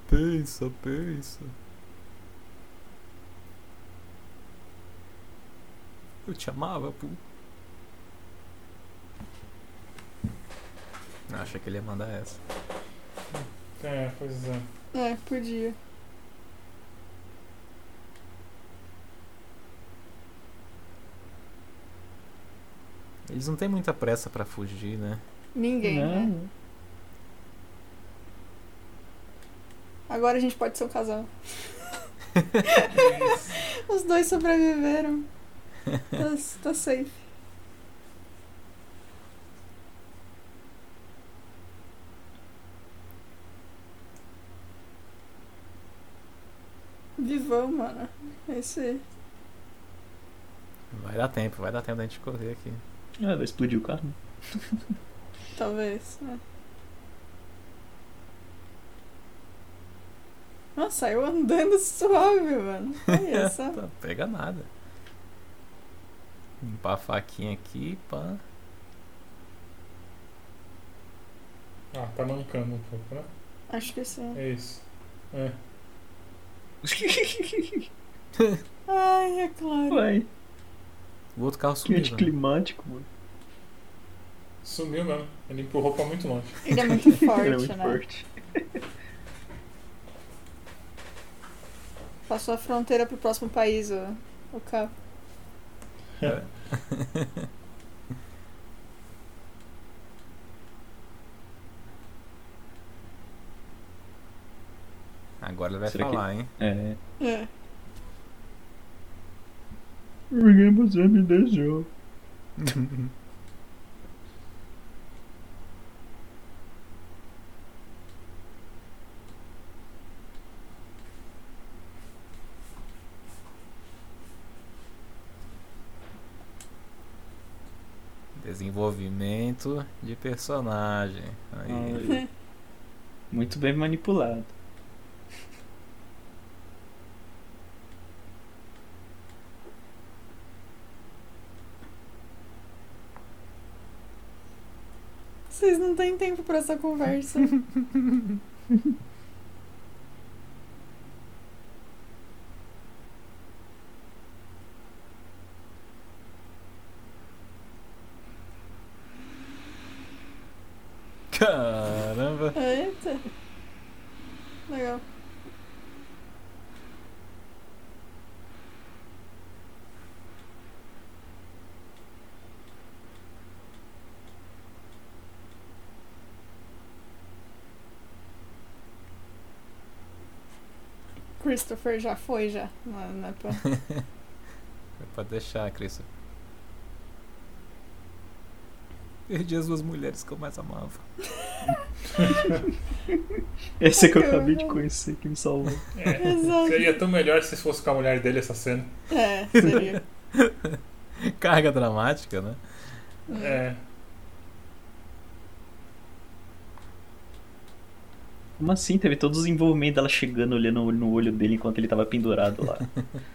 Pensa, pensa. Eu te amava, Pooh. Acha que ele ia mandar essa.
É, pois é.
É, podia.
Eles não têm muita pressa pra fugir, né?
Ninguém, né?
Não.
Agora a gente pode ser um casal. Os dois sobreviveram. Tá, tá safe. Vivão, mano. É isso aí.
Vai dar tempo, vai dar tempo da gente correr aqui.
Ah, vai explodir o carro?
Talvez. né? Nossa, saiu andando suave, mano. Olha só.
Tá, pega nada. Limpar a faquinha aqui, pá.
Ah, tá mancando um pouco, né?
Acho que sim.
É isso. É.
Ai, é claro.
Vai,
O outro carro
que
sumiu. né?
anticlimático, mano.
Sumiu mesmo. Ele empurrou pra muito longe.
Ele é muito forte,
Ele é muito
né?
forte.
Passou a fronteira pro próximo país, ó. O carro.
Agora ele vai
Será que-
falar, hein?
É.
É.
Porque você me deixou.
Desenvolvimento de personagem. Aí.
Ai. Muito bem manipulado.
Vocês não têm tempo pra essa conversa.
Caramba!
Eita. Legal. Christopher já foi já. Não, não é pra...
Pode deixar, Cris. Perdi as duas mulheres que eu mais amava.
Essa que eu
Ai,
acabei de
cara.
conhecer que me salvou.
É.
Exato.
Seria tão melhor se fosse com a mulher dele essa cena.
É, seria.
Carga dramática, né?
Hum.
É.
Como assim? Teve todo o desenvolvimento dela chegando, olhando no olho dele enquanto ele tava pendurado lá.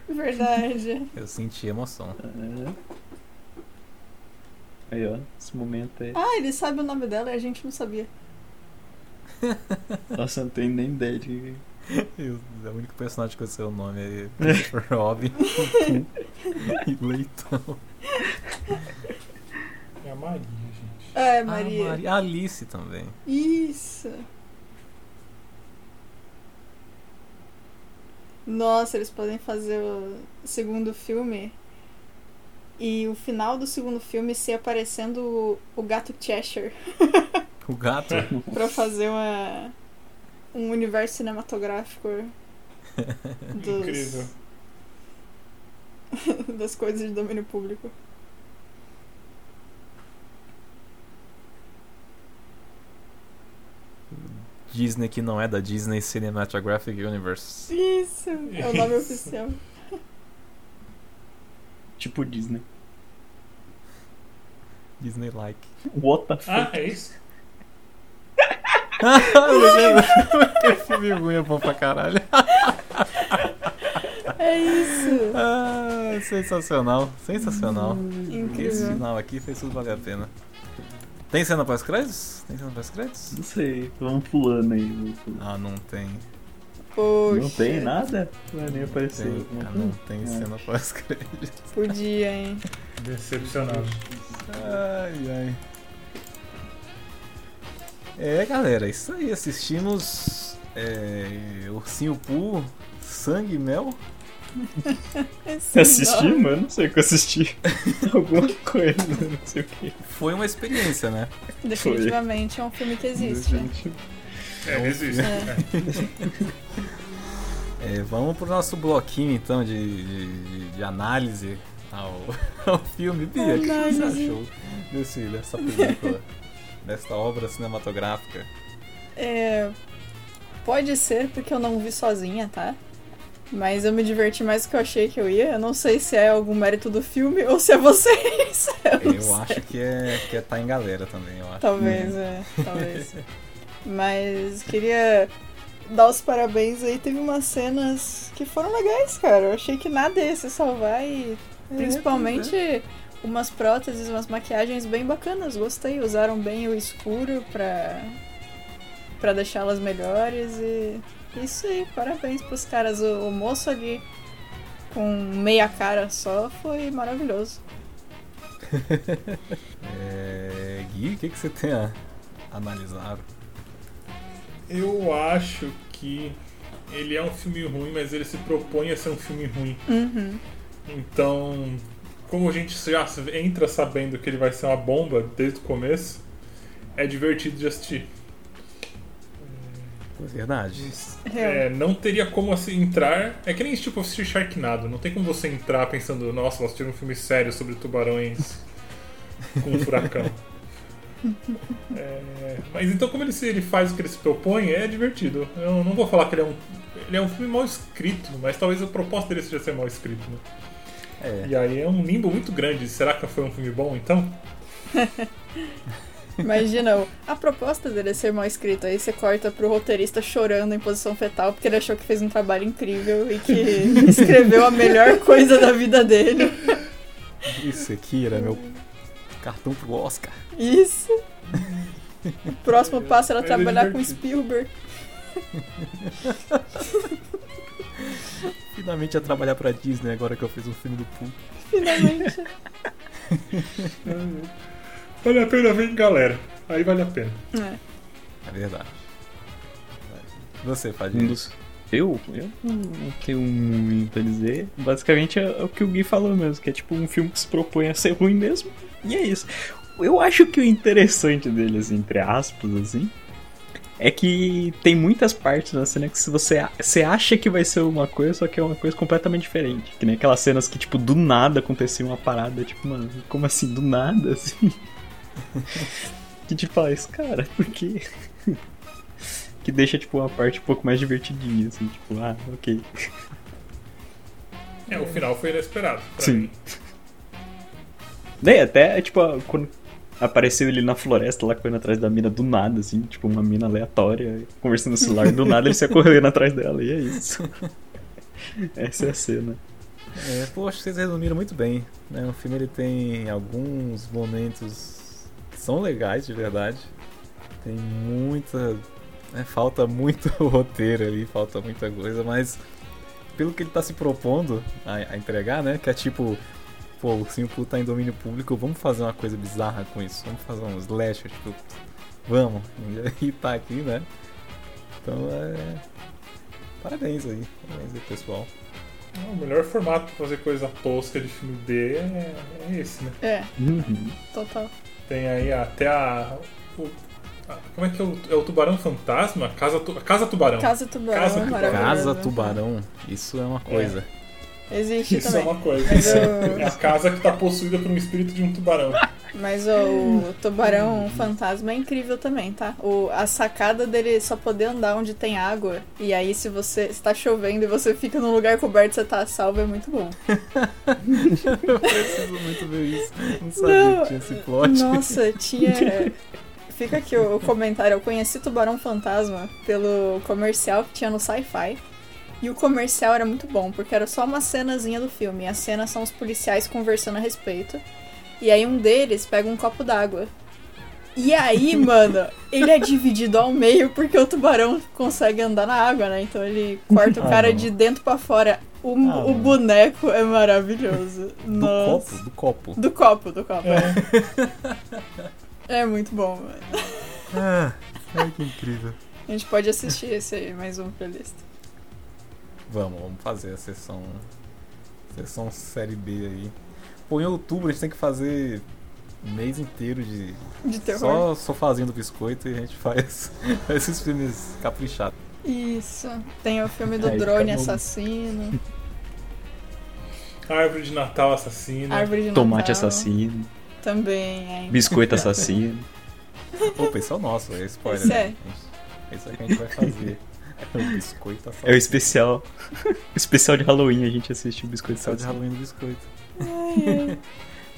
Verdade.
Eu senti emoção.
É. Aí, ó. Esse momento é.
Ah, ele sabe o nome dela e a gente não sabia.
Nossa, eu não tenho nem ideia de quem é.
Eu, é o único personagem que eu sei o nome é Robin e Leitão.
É a Maria, gente.
É,
Ah,
Maria.
Maria. Alice também.
Isso. Nossa, eles podem fazer o segundo filme e o final do segundo filme ser aparecendo o, o gato Cheshire
O gato.
pra fazer uma um universo cinematográfico dos-
Incrível.
das coisas de domínio público.
Disney que não é da Disney Cinematographic Universe.
Isso, é o nome
Isso.
oficial.
Tipo Disney.
Disney-like.
What the fuck?
Ah, é isso?
Ah, que filme ruim é bom pra caralho.
É isso.
Ah, sensacional, sensacional. Esse
Incrível.
final aqui fez tudo valer a pena. Tem cena pós-créditos? Tem cena pós-créditos?
Não sei. Vamos pulando aí. vamos pulando.
Ah, não tem.
Poxa,
Não tem nada? Não é nem
Tem.
apareceu.
Ah, não tem
Ah.
cena pós-créditos.
podia, hein?
Decepcionado.
Ai, ai. É, galera, isso aí. Assistimos é, Ursinho Poo, Sangue e Mel.
Esse
Você assistiu,
nome.
mano? Não sei o que eu assisti. Alguma coisa, não sei o que.
Foi uma experiência, né?
Definitivamente né? é um filme que existe.
Gente,
É, ele existe.
É.
É.
É, vamos pro nosso bloquinho então de, de- de análise ao, ao filme. Bia, o que você
Análise.
achou desse, dessa película? desta obra cinematográfica?
É, pode ser porque eu não vi sozinha, tá? Mas eu me diverti mais do que eu achei que eu ia. Eu não sei se é algum mérito do filme ou se é vocês. não
Eu
sei.
acho que é, que é tá em galera também, eu acho.
Talvez, é. Talvez. Mas queria dar os parabéns aí. Teve umas cenas que foram legais, cara. Eu achei que nada ia se salvar e principalmente umas próteses, umas maquiagens bem bacanas. Gostei. Usaram bem o escuro pra, pra deixá-las melhores e. Isso aí, parabéns pros caras. O, o moço ali com meia cara só foi maravilhoso.
É, Gui, o que, que você tem a analisar?
Eu acho que ele é um filme ruim, mas ele se propõe a ser um filme ruim.
Uhum.
Então, como a gente já entra sabendo que ele vai ser uma bomba desde o começo, é divertido de assistir.
Foi verdade.
É, não teria como assim, entrar. É que nem tipo assistir Sharknado. Não tem como você entrar pensando, nossa, vou assistir um filme sério sobre tubarões com um furacão. É, mas então como ele, se- ele faz o que ele se propõe, é divertido. Eu não vou falar que ele é um. Ele é um filme mal escrito, mas talvez a proposta dele seja ser mal escrito. né?
É.
E aí é um limbo muito grande. Será que foi um filme bom então?
Imagina, o- a proposta dele é ser mal escrito, aí você corta pro roteirista chorando em posição fetal porque ele achou que fez um trabalho incrível e que escreveu a melhor coisa da vida dele.
Isso aqui era meu cartão pro Oscar.
Isso. O próximo passo era
Ele é
trabalhar com
divertido.
Spielberg.
Finalmente ia trabalhar pra Disney agora que eu fiz um filme do Pooh.
Finalmente.
Vale a pena ver, galera. Aí vale a pena.
É.
É verdade. Você,
Um
Fadinho.
dos... Eu? Eu não não tenho muito a dizer. Basicamente é o que o Gui falou mesmo, que é tipo um filme que se propõe a ser ruim mesmo. E é isso. Eu acho que o interessante dele, assim, entre aspas, assim, é que tem muitas partes na cena que se você, a- você acha que vai ser uma coisa, só que é uma coisa completamente diferente. Que nem aquelas cenas que, tipo, do nada acontecia uma parada, tipo, mano, como assim, do nada, assim? que te faz, cara, por quê? que deixa, tipo, uma parte um pouco mais divertidinha, assim, tipo, ah, ok.
É, o final foi inesperado. Pra
Sim.
Mim.
Daí até, tipo, a- quando apareceu ele na floresta, lá correndo atrás da mina do nada, assim, tipo, uma mina aleatória, conversando no celular, do nada ele saiu correndo atrás dela, e é isso. Essa é a cena.
É, pô, acho que vocês resumiram muito bem. Né? O filme ele tem alguns momentos que são legais, de verdade. Tem muita. né, Falta muito roteiro ali, falta muita coisa, mas pelo que ele tá se propondo a, a entregar, né? Que é tipo, pô, o Ursinho Poo tá em domínio público, vamos fazer uma coisa bizarra com isso, vamos fazer um slasher, tipo, vamos, e tá aqui, né? Então é. Parabéns aí, parabéns aí, pessoal.
O melhor formato pra fazer coisa tosca de filme B é, é esse, né?
É,
Uhum.
total.
Tem aí até a. o- a- como é que é o, é o Tubarão Fantasma? Casa, tu, Casa Tubarão.
Casa Tubarão
Então, Casa
é
Tubarão.
maravilhoso.
Casa Tubarão, isso né? é uma coisa.
Existe
Isso é
também.
uma coisa.
Mas
É a
o,
casa que tá possuída por um espírito de um tubarão.
mas o tubarão fantasma é incrível também, tá? O, a sacada dele só poder andar onde tem água. E aí, se você está chovendo e você fica num lugar coberto, você tá salvo, é muito bom.
Eu preciso muito ver isso. Não sabia
Não,
que tinha esse plot.
Nossa, tinha. Fica aqui o o comentário. Eu conheci Tubarão Fantasma pelo comercial que tinha no Sci-Fi. E o comercial era muito bom, porque era só uma cenazinha do filme. E as cenas são os policiais conversando a respeito. E aí um deles pega um copo d'água. E aí, mano, ele é dividido ao meio porque o tubarão consegue andar na água, né? Então ele corta o
Ah,
cara
não.
de dentro pra fora. O,
Ah,
o
não.
boneco é maravilhoso.
Do
Nossa.
copo, do copo.
Do copo, do copo.
É.
É muito bom, mano.
Ah, ai que incrível.
A gente pode assistir esse aí, mais um pra lista.
Vamos, vamos fazer a sessão. Sessão série B aí. Pô, em outubro a gente tem que fazer um mês inteiro de.
De
Só,
terror.
só fazendo biscoito e a gente faz esses filmes caprichados.
Isso. Tem o filme do
Aí É, fica
drone
bom.
assassino,
Árvore de Natal assassina.
árvore de
Tomate
Natal.
assassino,
Também, é.
biscoito assassino.
Opa, esse é o nosso, é spoiler.
Esse é.
né? É isso aí que a gente vai fazer. O biscoito tá assassino.
É o especial. O especial de Halloween a gente assiste o biscoito
Só de
assassino.
Halloween do biscoito.
Ai, é. ai.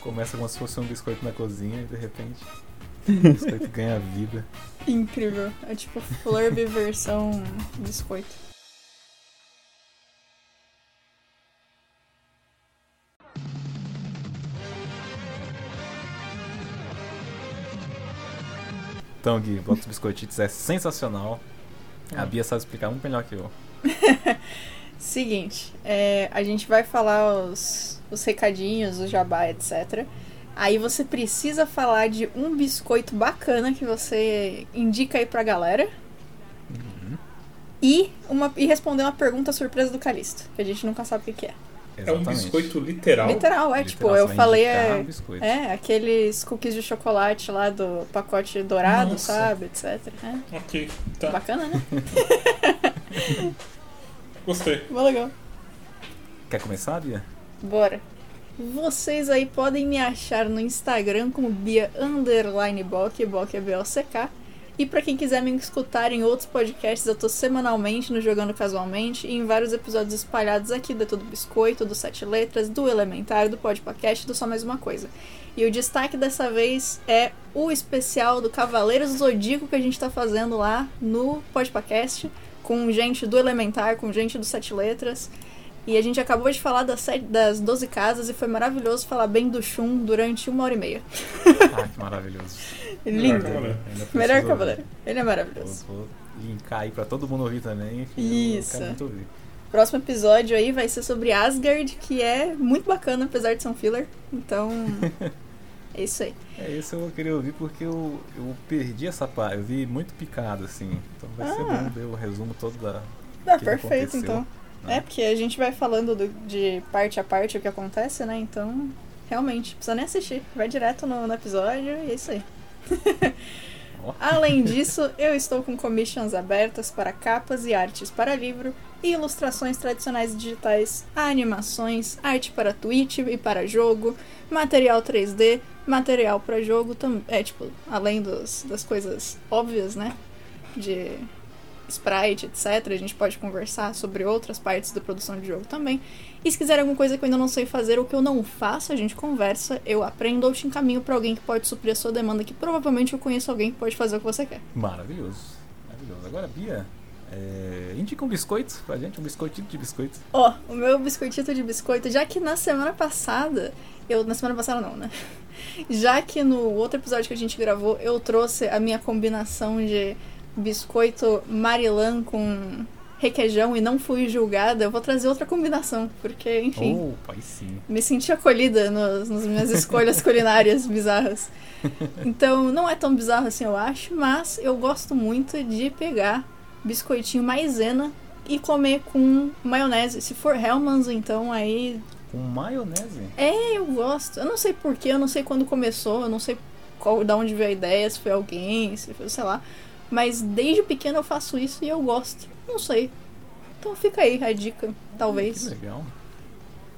Começa como se fosse um biscoito na cozinha e de repente o biscoito ganha vida.
Incrível. É tipo Flurby versão biscoito.
Então, Gui, Bloco dos Biscoititos é sensacional. A Bia sabe explicar muito melhor que eu.
Seguinte, é, a gente vai falar os, os recadinhos, o jabá, etc. Aí você precisa falar de um biscoito bacana que você indica aí pra galera.
Uhum.
E, uma, e responder uma pergunta surpresa do Calisto, que a gente nunca sabe o que que é.
É um biscoito literal.
Literal, é,
Literal,
tipo,
você
eu
vai
falei.
indicar
é-
um biscoito.
É, aqueles cookies de chocolate lá do pacote dourado,
Nossa.
sabe? Etc. É,
Ok, tá.
bacana, né?
Gostei.
Bom, legal.
Quer começar, Bia?
Bora. Vocês aí podem me achar no Instagram como Bia Underline Bok, Bok é B-O-C-K. E pra quem quiser me escutar em outros podcasts, eu tô semanalmente no Jogando Casualmente e em vários episódios espalhados aqui do Tudo Biscoito, do Sete Letras, do Elementar, do Podcast, do Só Mais Uma Coisa. E o destaque dessa vez é o especial do Cavaleiros do Zodíaco que a gente tá fazendo lá no Podcast, com gente do Elementar, com gente do Sete Letras. E a gente acabou de falar das, sete, das 12 casas e foi maravilhoso falar bem do Shun durante uma hora e meia.
Ah, que maravilhoso.
Lindo.
Melhor cavaleiro.
Ainda preciso
Melhor
ouvir.
cavaleiro. Ele é
Vou,
maravilhoso.
vou linkar aí pra todo mundo ouvir também. que eu
Isso.
Quero muito ouvir.
Próximo episódio aí vai ser sobre Asgard, que é muito bacana, apesar de ser um filler. Então, é isso aí.
É, esse eu queria ouvir porque eu, eu perdi essa parte. Eu vi muito picado, assim. Então vai ser
Ah.
bom ver o resumo todo da.
Tá
que
perfeito,
aconteceu,
então.
né?
É, porque a gente vai falando do- de parte a parte o que acontece, né? Então, realmente, não precisa nem assistir. Vai direto no, no episódio e é isso aí.
Ó.
Além disso, eu estou com commissions abertas para capas e artes para livro, e ilustrações tradicionais e digitais, animações, arte para Twitch e para jogo, material 3D, material para jogo também. É, tipo, além dos, das coisas óbvias, né? De sprite, etc. A gente pode conversar sobre outras partes da produção de jogo também. E se quiser alguma coisa que eu ainda não sei fazer ou que eu não faço, a gente conversa, eu aprendo ou te encaminho pra alguém que pode suprir a sua demanda, que provavelmente eu conheço alguém que pode fazer o que você quer.
Maravilhoso. Maravilhoso. Agora, Bia, é, indica um biscoito pra gente, um biscoitinho de biscoito.
Ó, o meu biscoitito de biscoito, já que na semana passada. Eu, na semana passada não, né? Já que no outro episódio que a gente gravou, eu trouxe a minha combinação de biscoito Marilã com requeijão e não fui julgada, eu vou trazer outra combinação, porque, enfim.
Opa, aí sim.
Me senti acolhida nos, nas minhas escolhas culinárias bizarras. Então, não é tão bizarro assim, eu acho, mas eu gosto muito de pegar biscoitinho maisena e comer com maionese. Se for Hellmann's, então aí
Com maionese.
eu gosto. Eu não sei porquê, eu não sei quando começou, eu não sei qual, da onde veio a ideia, se foi alguém, se foi, sei lá. Mas desde pequena eu faço isso e eu gosto. Não sei. Então fica aí a dica,
Que
talvez.
legal.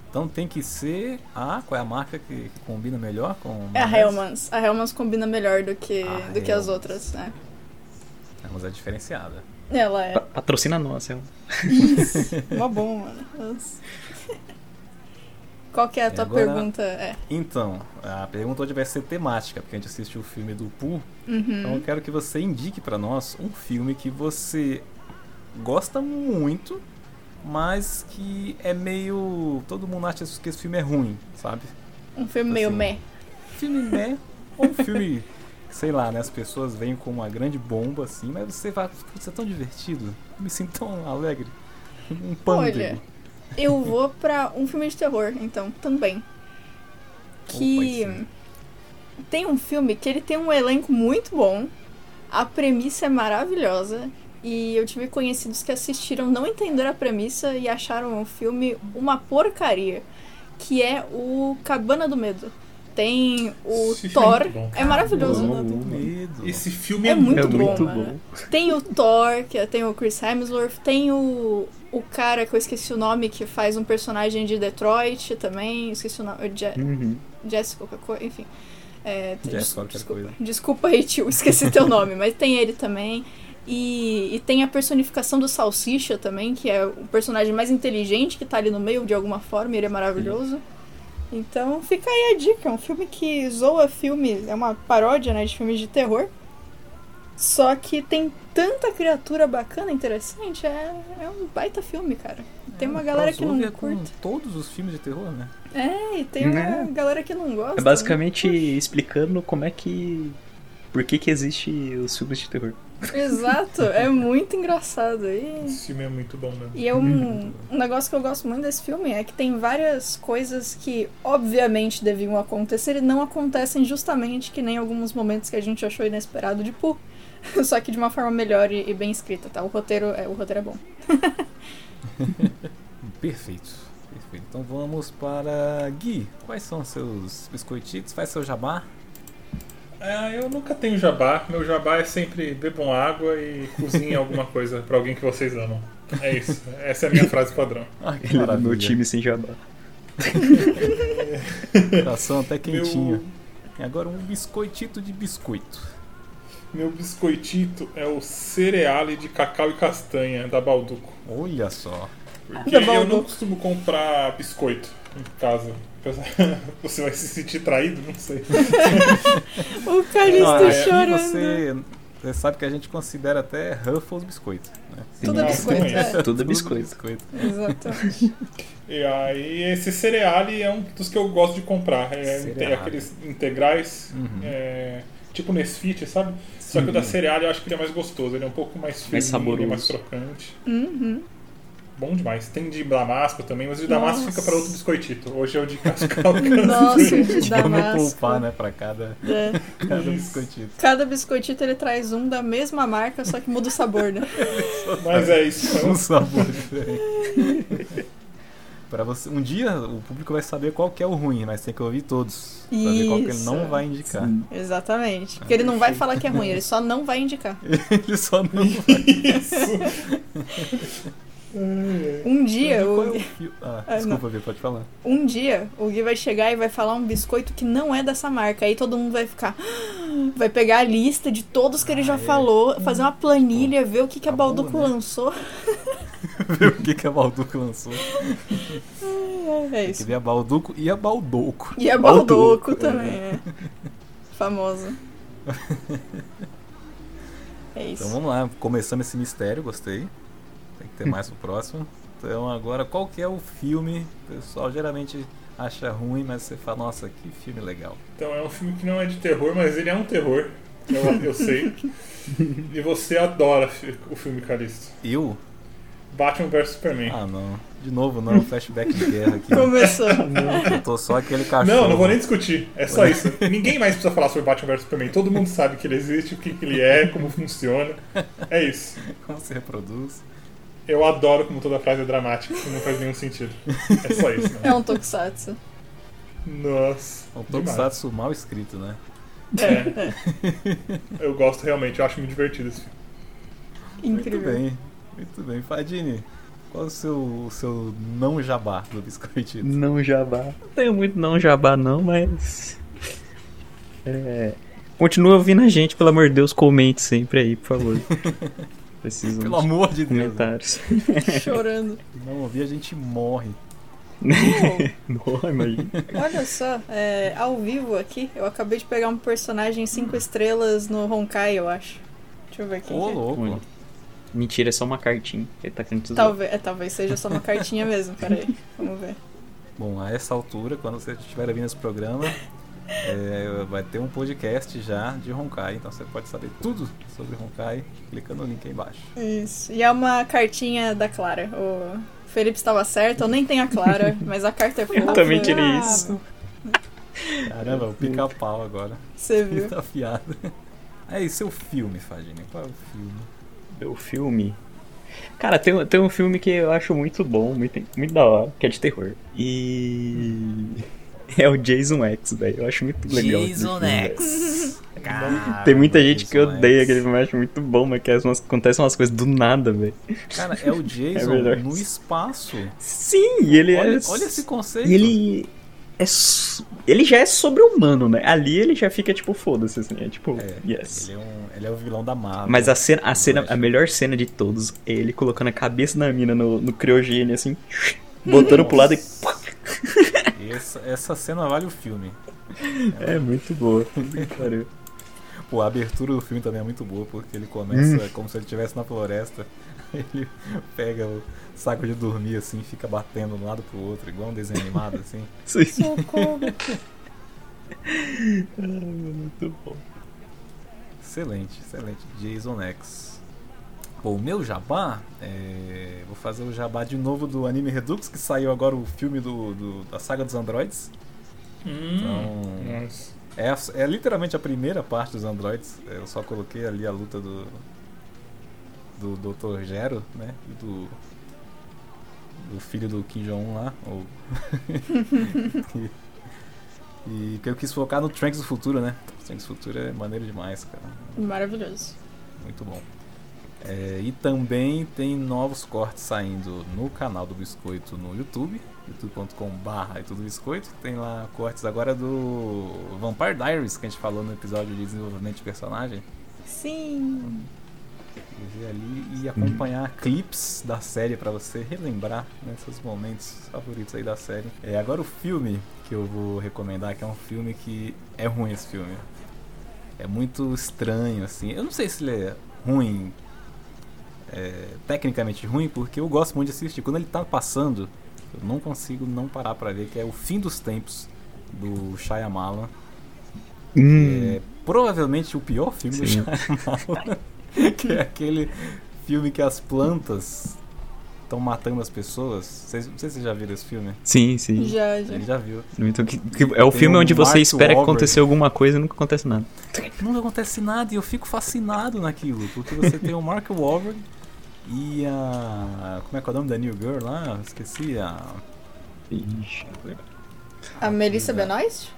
Então tem que ser a. Qual é a marca que, que combina melhor com.
É a
maionese?
Hellmann's. A Hellmann's combina melhor do que,
A
do que
Hellmann's.
as outras, né?
É, mas é diferenciada.
Ela é
Pa- Patrocina nós, é um-
uma bom, mano. Nossa. Qual que é a
E
tua
agora-
pergunta? É.
Então, a pergunta hoje vai ser temática, porque a gente assistiu o filme do Pooh. Então eu
Uhum.
quero que você indique pra nós um filme que você gosta muito, mas que é meio. Todo mundo acha que esse filme é ruim, sabe?
Um filme meio
assim,
meh.
Filme né? Ou um filme, sei lá, né? As pessoas veem como uma grande bomba, assim, mas você vai. Putz, é tão divertido. Me sinto tão alegre. Um pândego.
Olha, eu vou pra um filme de terror, então, também. Que
Opa, esse-
tem um filme que ele tem um elenco muito bom, a premissa é maravilhosa, e eu tive conhecidos que assistiram, não entenderam a premissa e acharam o filme uma porcaria, que é o Cabana do Medo. Tem o
Esse filme é
Thor.
muito bom.
É maravilhoso,
Bom,
né?
bom.
um Medo.
Esse filme é,
É
muito,
muito
bom.
bom. mano. Tem o Thor, que é, tem o Chris Hemsworth, tem o, o cara que eu esqueci o nome, que faz um personagem de Detroit também, esqueci o nome, o Je
Uhum.
Jesse qualquer coisa, enfim. É, tem-
Jesse qualquer
desculpa,
coisa.
desculpa aí, tio, esqueci teu nome, mas tem ele também. E, e tem a personificação do Salsicha também, que é o personagem mais inteligente que tá ali no meio de alguma forma, e ele é maravilhoso. Então fica aí a dica, é um filme que zoa filmes, é uma paródia né, de filmes de terror. Só que tem tanta criatura bacana, interessante, é, é um baita filme, cara. Tem uma galera que não
É, Crossover com
curte.
todos os filmes de terror, né?
É, e tem uma
Né?
galera que não gosta.
É
né?
basicamente explicando como é que. Por que que existe os filmes de terror.
Exato, é muito engraçado. E,
Esse filme é muito bom mesmo.
e é
Uhum.
um, um negócio que eu gosto muito desse filme é que tem várias coisas que obviamente deviam acontecer e não acontecem justamente que nem alguns momentos que a gente achou inesperado de Pooh. Só que de uma forma melhor e, e bem escrita, tá? O roteiro é, o roteiro é bom.
Perfeito. Perfeito. Então vamos para Gui. Quais são seus biscoititos? Faz seu jabá.
Ah, eu nunca tenho jabá. Meu jabá é sempre bebam água e cozinhem alguma coisa pra alguém que vocês amam. É isso. Essa é a minha frase padrão.
Ah, que
Ele era
maravilha.
meu time sem jabá.
Coração até quentinho.
Meu,
E agora um biscoitito de biscoito.
meu biscoitito é o cereale de cacau e castanha da Balduco.
Olha só.
Porque
Da
eu
Balduco.
não costumo comprar biscoito em casa. Você vai se sentir traído? Não sei.
O
Ah,
Calixto
é,
tá chorando.
Você, você é, sabe que a gente considera até Ruffles biscoito.
Tudo é
Não,
biscoito,
também.
é.
Tudo é
Tudo
biscoito.
Exato.
E aí, esse cereale é um dos que eu gosto de comprar. É, tem
Cereale.
aqueles integrais,
Uhum.
é, tipo Nesfit, sabe? Só que o da cereale eu acho que ele é mais gostoso. Ele é um pouco mais firme,
Mais saboroso.
mais crocante.
Uhum.
Bom demais. Tem de damasco também, mas o de damasco
Nossa.
fica pra outro biscoitito. Hoje é o de cascal.
Nossa,
A gente
de
vai
damasco.
poupar, né, pra cada,
É.
cada
Isso.
biscoitito.
Cada biscoitito ele traz um da mesma marca, só que muda o sabor, né?
mas é isso.
um
Então,
sabor diferente. Pra você, um dia o público vai saber qual que é o ruim, mas tem que ouvir todos. Pra ver qual que ele
Isso.
não vai indicar.
Exatamente. Porque ele não vai falar que é ruim, ele só não vai indicar.
Ele só não
isso.
Um dia,
Qual é
o,
o fio? Ah,
Ah,
desculpa, Bia, pode falar.
um dia, o Gui vai chegar e vai falar um biscoito que não é dessa marca. Aí todo mundo vai ficar. Vai pegar a lista de todos que ele
Ah,
já
é.
falou, fazer uma planilha, ver o que, que a
Tá boa,
Balduco
né?
lançou.
Ver o que, que a Balduco lançou. Tem
É, é
que
isso.
ver a Balduco e a Baldoco.
E a
Balduco.
Balduco também, é. Famosa. É
Então
isso.
vamos lá, começando esse mistério, gostei. Tem que ter mais pro próximo. Então agora, qual que é o filme? O pessoal geralmente acha ruim, mas você fala, nossa, que filme legal.
Então é um filme que não é de terror, mas ele é um terror. Eu, eu sei. E você adora fi- o filme Calixto.
Eu?
Batman vs Superman.
Ah não. De novo não, flashback de guerra aqui.
Começou.
Eu tô só aquele
Ah,
cachorro.
Não, não vou nem discutir. É só isso. Ninguém mais precisa falar sobre Batman vs Superman. Todo mundo sabe que ele existe, o que, que ele é, como funciona. É isso.
Como se reproduz.
Eu adoro como toda frase é dramática, que não faz nenhum sentido. É só isso. Né?
É um tokusatsu.
Nossa.
É um
demais.
tokusatsu mal escrito, né?
É. Eu gosto realmente, eu acho muito divertido esse filme.
Muito
Incrível.
bem, muito bem. Fadini, qual o seu, o seu não jabá do biscoitito?
Não jabá. Não tenho muito não jabá, não, mas. É. Continua ouvindo a gente, pelo amor de Deus, comente sempre aí, por favor. Preciso
Pelo amor de
de
Deus.
comentários.
Chorando.
Não ouvir, a gente morre. né?
Uou.
Não, imagina.
Olha só, é, ao vivo aqui, eu acabei de pegar um personagem 5 estrelas no Honkai, eu acho. Deixa eu ver aqui.
Ô, louco.
Mentira, é só uma cartinha. Ele tá querendo te zoar.
Talvez, é, talvez seja só uma cartinha mesmo, peraí. Vamos ver.
Bom, a essa altura, quando você estiver vindo esse programa, é, vai ter um podcast já de Honkai, então você pode saber tudo sobre Honkai clicando no link aí embaixo.
Isso. E é uma cartinha da Clara. O Felipe estava certo, eu nem tenho a Clara, mas a carta é fofa.
Eu também tirei isso.
Caramba, o pica-pau agora.
Você viu?
Tá afiado. Aí, É, seu filme, Fadini, qual é o filme?
Meu filme. Cara, tem, tem um filme que eu acho muito bom, muito, muito da hora, que é de terror. E. É o Jason X, velho. Eu acho muito legal. aquele
Jason
filme, velho.
X. Cara,
Tem
Ah,
muita gente que
Jason
odeia
X.
aquele filme, eu acho muito bom, mas que as- umas- acontecem umas coisas do nada, velho.
Cara, é o Jason
melhor.
no espaço.
Sim, e ele é.
Olha, olha esse conceito.
Ele. É, su- ele já é sobre-humano, né? Ali ele já fica tipo, foda-se, assim. É tipo,
É,
yes.
Ele é, um, ele é o vilão da Marvel.
Mas a cena, a
Eu
cena,
acho.
a melhor cena de todos é ele colocando a cabeça da mina no, no criogênio, assim, botando pro lado e.
Essa, essa cena vale o filme.
É muito boa. Puta que pariu.
Pô, a abertura do filme também é muito boa, porque ele começa como se ele estivesse na floresta. Ele pega o saco de dormir assim, fica batendo de um lado pro outro, igual um desenho animado assim.
Sim.
Socorro.
Ai, meu, muito bom.
Excelente, excelente. Jason X. Pô, o meu jabá, é, vou fazer o jabá de novo do Anime Redux, que saiu agora o filme do, do- da saga dos androides.
Hum.
Então,
Nossa.
É, a- é literalmente a primeira parte dos androides. Eu só coloquei ali a luta do. Do Dr. Gero, né? E do. Do filho do Kim Jong-un lá. Ou... e, e que eu quis focar no Trunks do futuro, né? Trunks do futuro é maneiro demais, cara.
Maravilhoso.
Muito bom. É, e também tem novos cortes saindo no canal do Biscoito no YouTube, youtube.com.br e tudo biscoito. Tem lá cortes agora do Vampire Diaries, que a gente falou no episódio de desenvolvimento de personagem.
Sim.
E ver ali e acompanhar clips da série pra você relembrar né, seus momentos favoritos aí da série. É, agora o filme que eu vou recomendar, que é um filme que é ruim esse filme. É muito estranho, assim. Eu não sei se ele é ruim, é, tecnicamente ruim, porque eu gosto muito de assistir. Quando ele tá passando, eu não consigo não parar pra ver, que é O Fim dos Tempos, do Shyamalan.
Hum.
É provavelmente o pior filme do
Sim.
Shyamalan, que é aquele filme que as plantas estão matando as pessoas. Vocês- não sei se vocês já viram esse filme.
Sim, sim.
Já, já.
Ele já viu.
Muito- que- que- é o
Tem
filme
um
onde você
Mark
espera que
Wahlberg.
aconteça alguma coisa e nunca acontece nada.
Não acontece nada e eu fico fascinado naquilo, porque você tem o Mark Wahlberg e a... como é que é o nome da New Girl lá? Esqueci. A...
Ixi.
A Melissa
Benoist?
Benoist?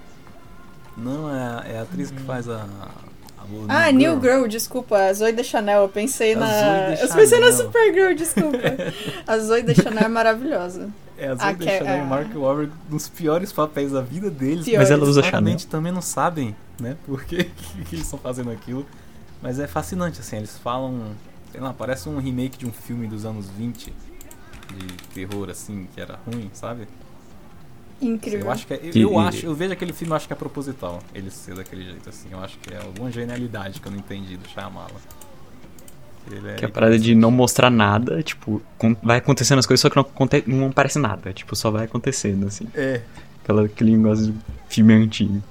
Não, é, é a atriz que faz a... a o
Hum. Ah, New Girl, desculpa. A Zoe da Chanel. Eu pensei
A
na.
Zooey
Eu
Deschanel.
pensei na Supergirl, desculpa. a Zoe da Chanel é maravilhosa.
É, às
Ah,
vezes
que-
deixando aí o
ah.
Mark Wahlberg nos piores papéis da vida deles.
Piores. Mas ela
usa
claramente também não sabem, né, por que, que eles estão fazendo aquilo. Mas é fascinante, assim, eles falam... Sei lá, parece um remake de um filme dos anos 20. De terror, assim, que era ruim, sabe? Assim,
Incrível.
Eu acho que é, eu,
Que-
eu acho, eu vejo aquele filme, eu acho que é proposital ele ser daquele jeito assim. Eu acho que é alguma genialidade que eu não entendi do Shyamalan. Ele é-
Que é a parada de não mostrar nada, tipo, com- vai acontecendo as coisas, só que não, aconte- não aparece nada. Tipo, só vai acontecendo, assim.
É.
Aquela, aquele negócio de filme antigo.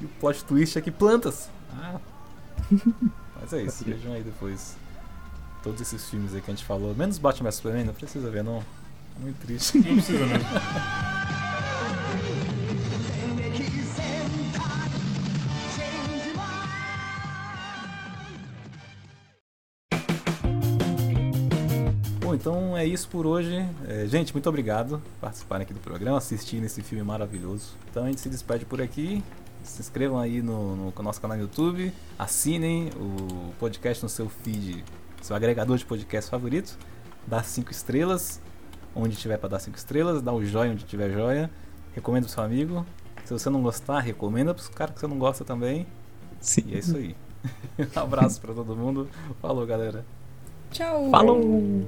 E o plot twist é que plantas. Ah. Mas é isso, vejam aí depois todos esses filmes aí que a gente falou, menos Batman vs Superman, não precisa ver não. É Muito triste.
Não precisa mesmo.
Bom, então é isso por hoje. É, gente, muito obrigado por participarem aqui do programa, assistindo esse filme maravilhoso. Então a gente se despede por aqui. Se inscrevam aí no, no nosso canal no YouTube, assinem o podcast no seu feed, seu agregador de podcast favorito, dá cinco estrelas, onde tiver pra dar cinco estrelas, dá o joia onde tiver joia, recomenda pro seu amigo. Se você não gostar, recomenda pros caras que você não gosta também. E é
Sim.
isso aí. Um abraço pra todo mundo. Falou, galera.
Tchau.
Falou!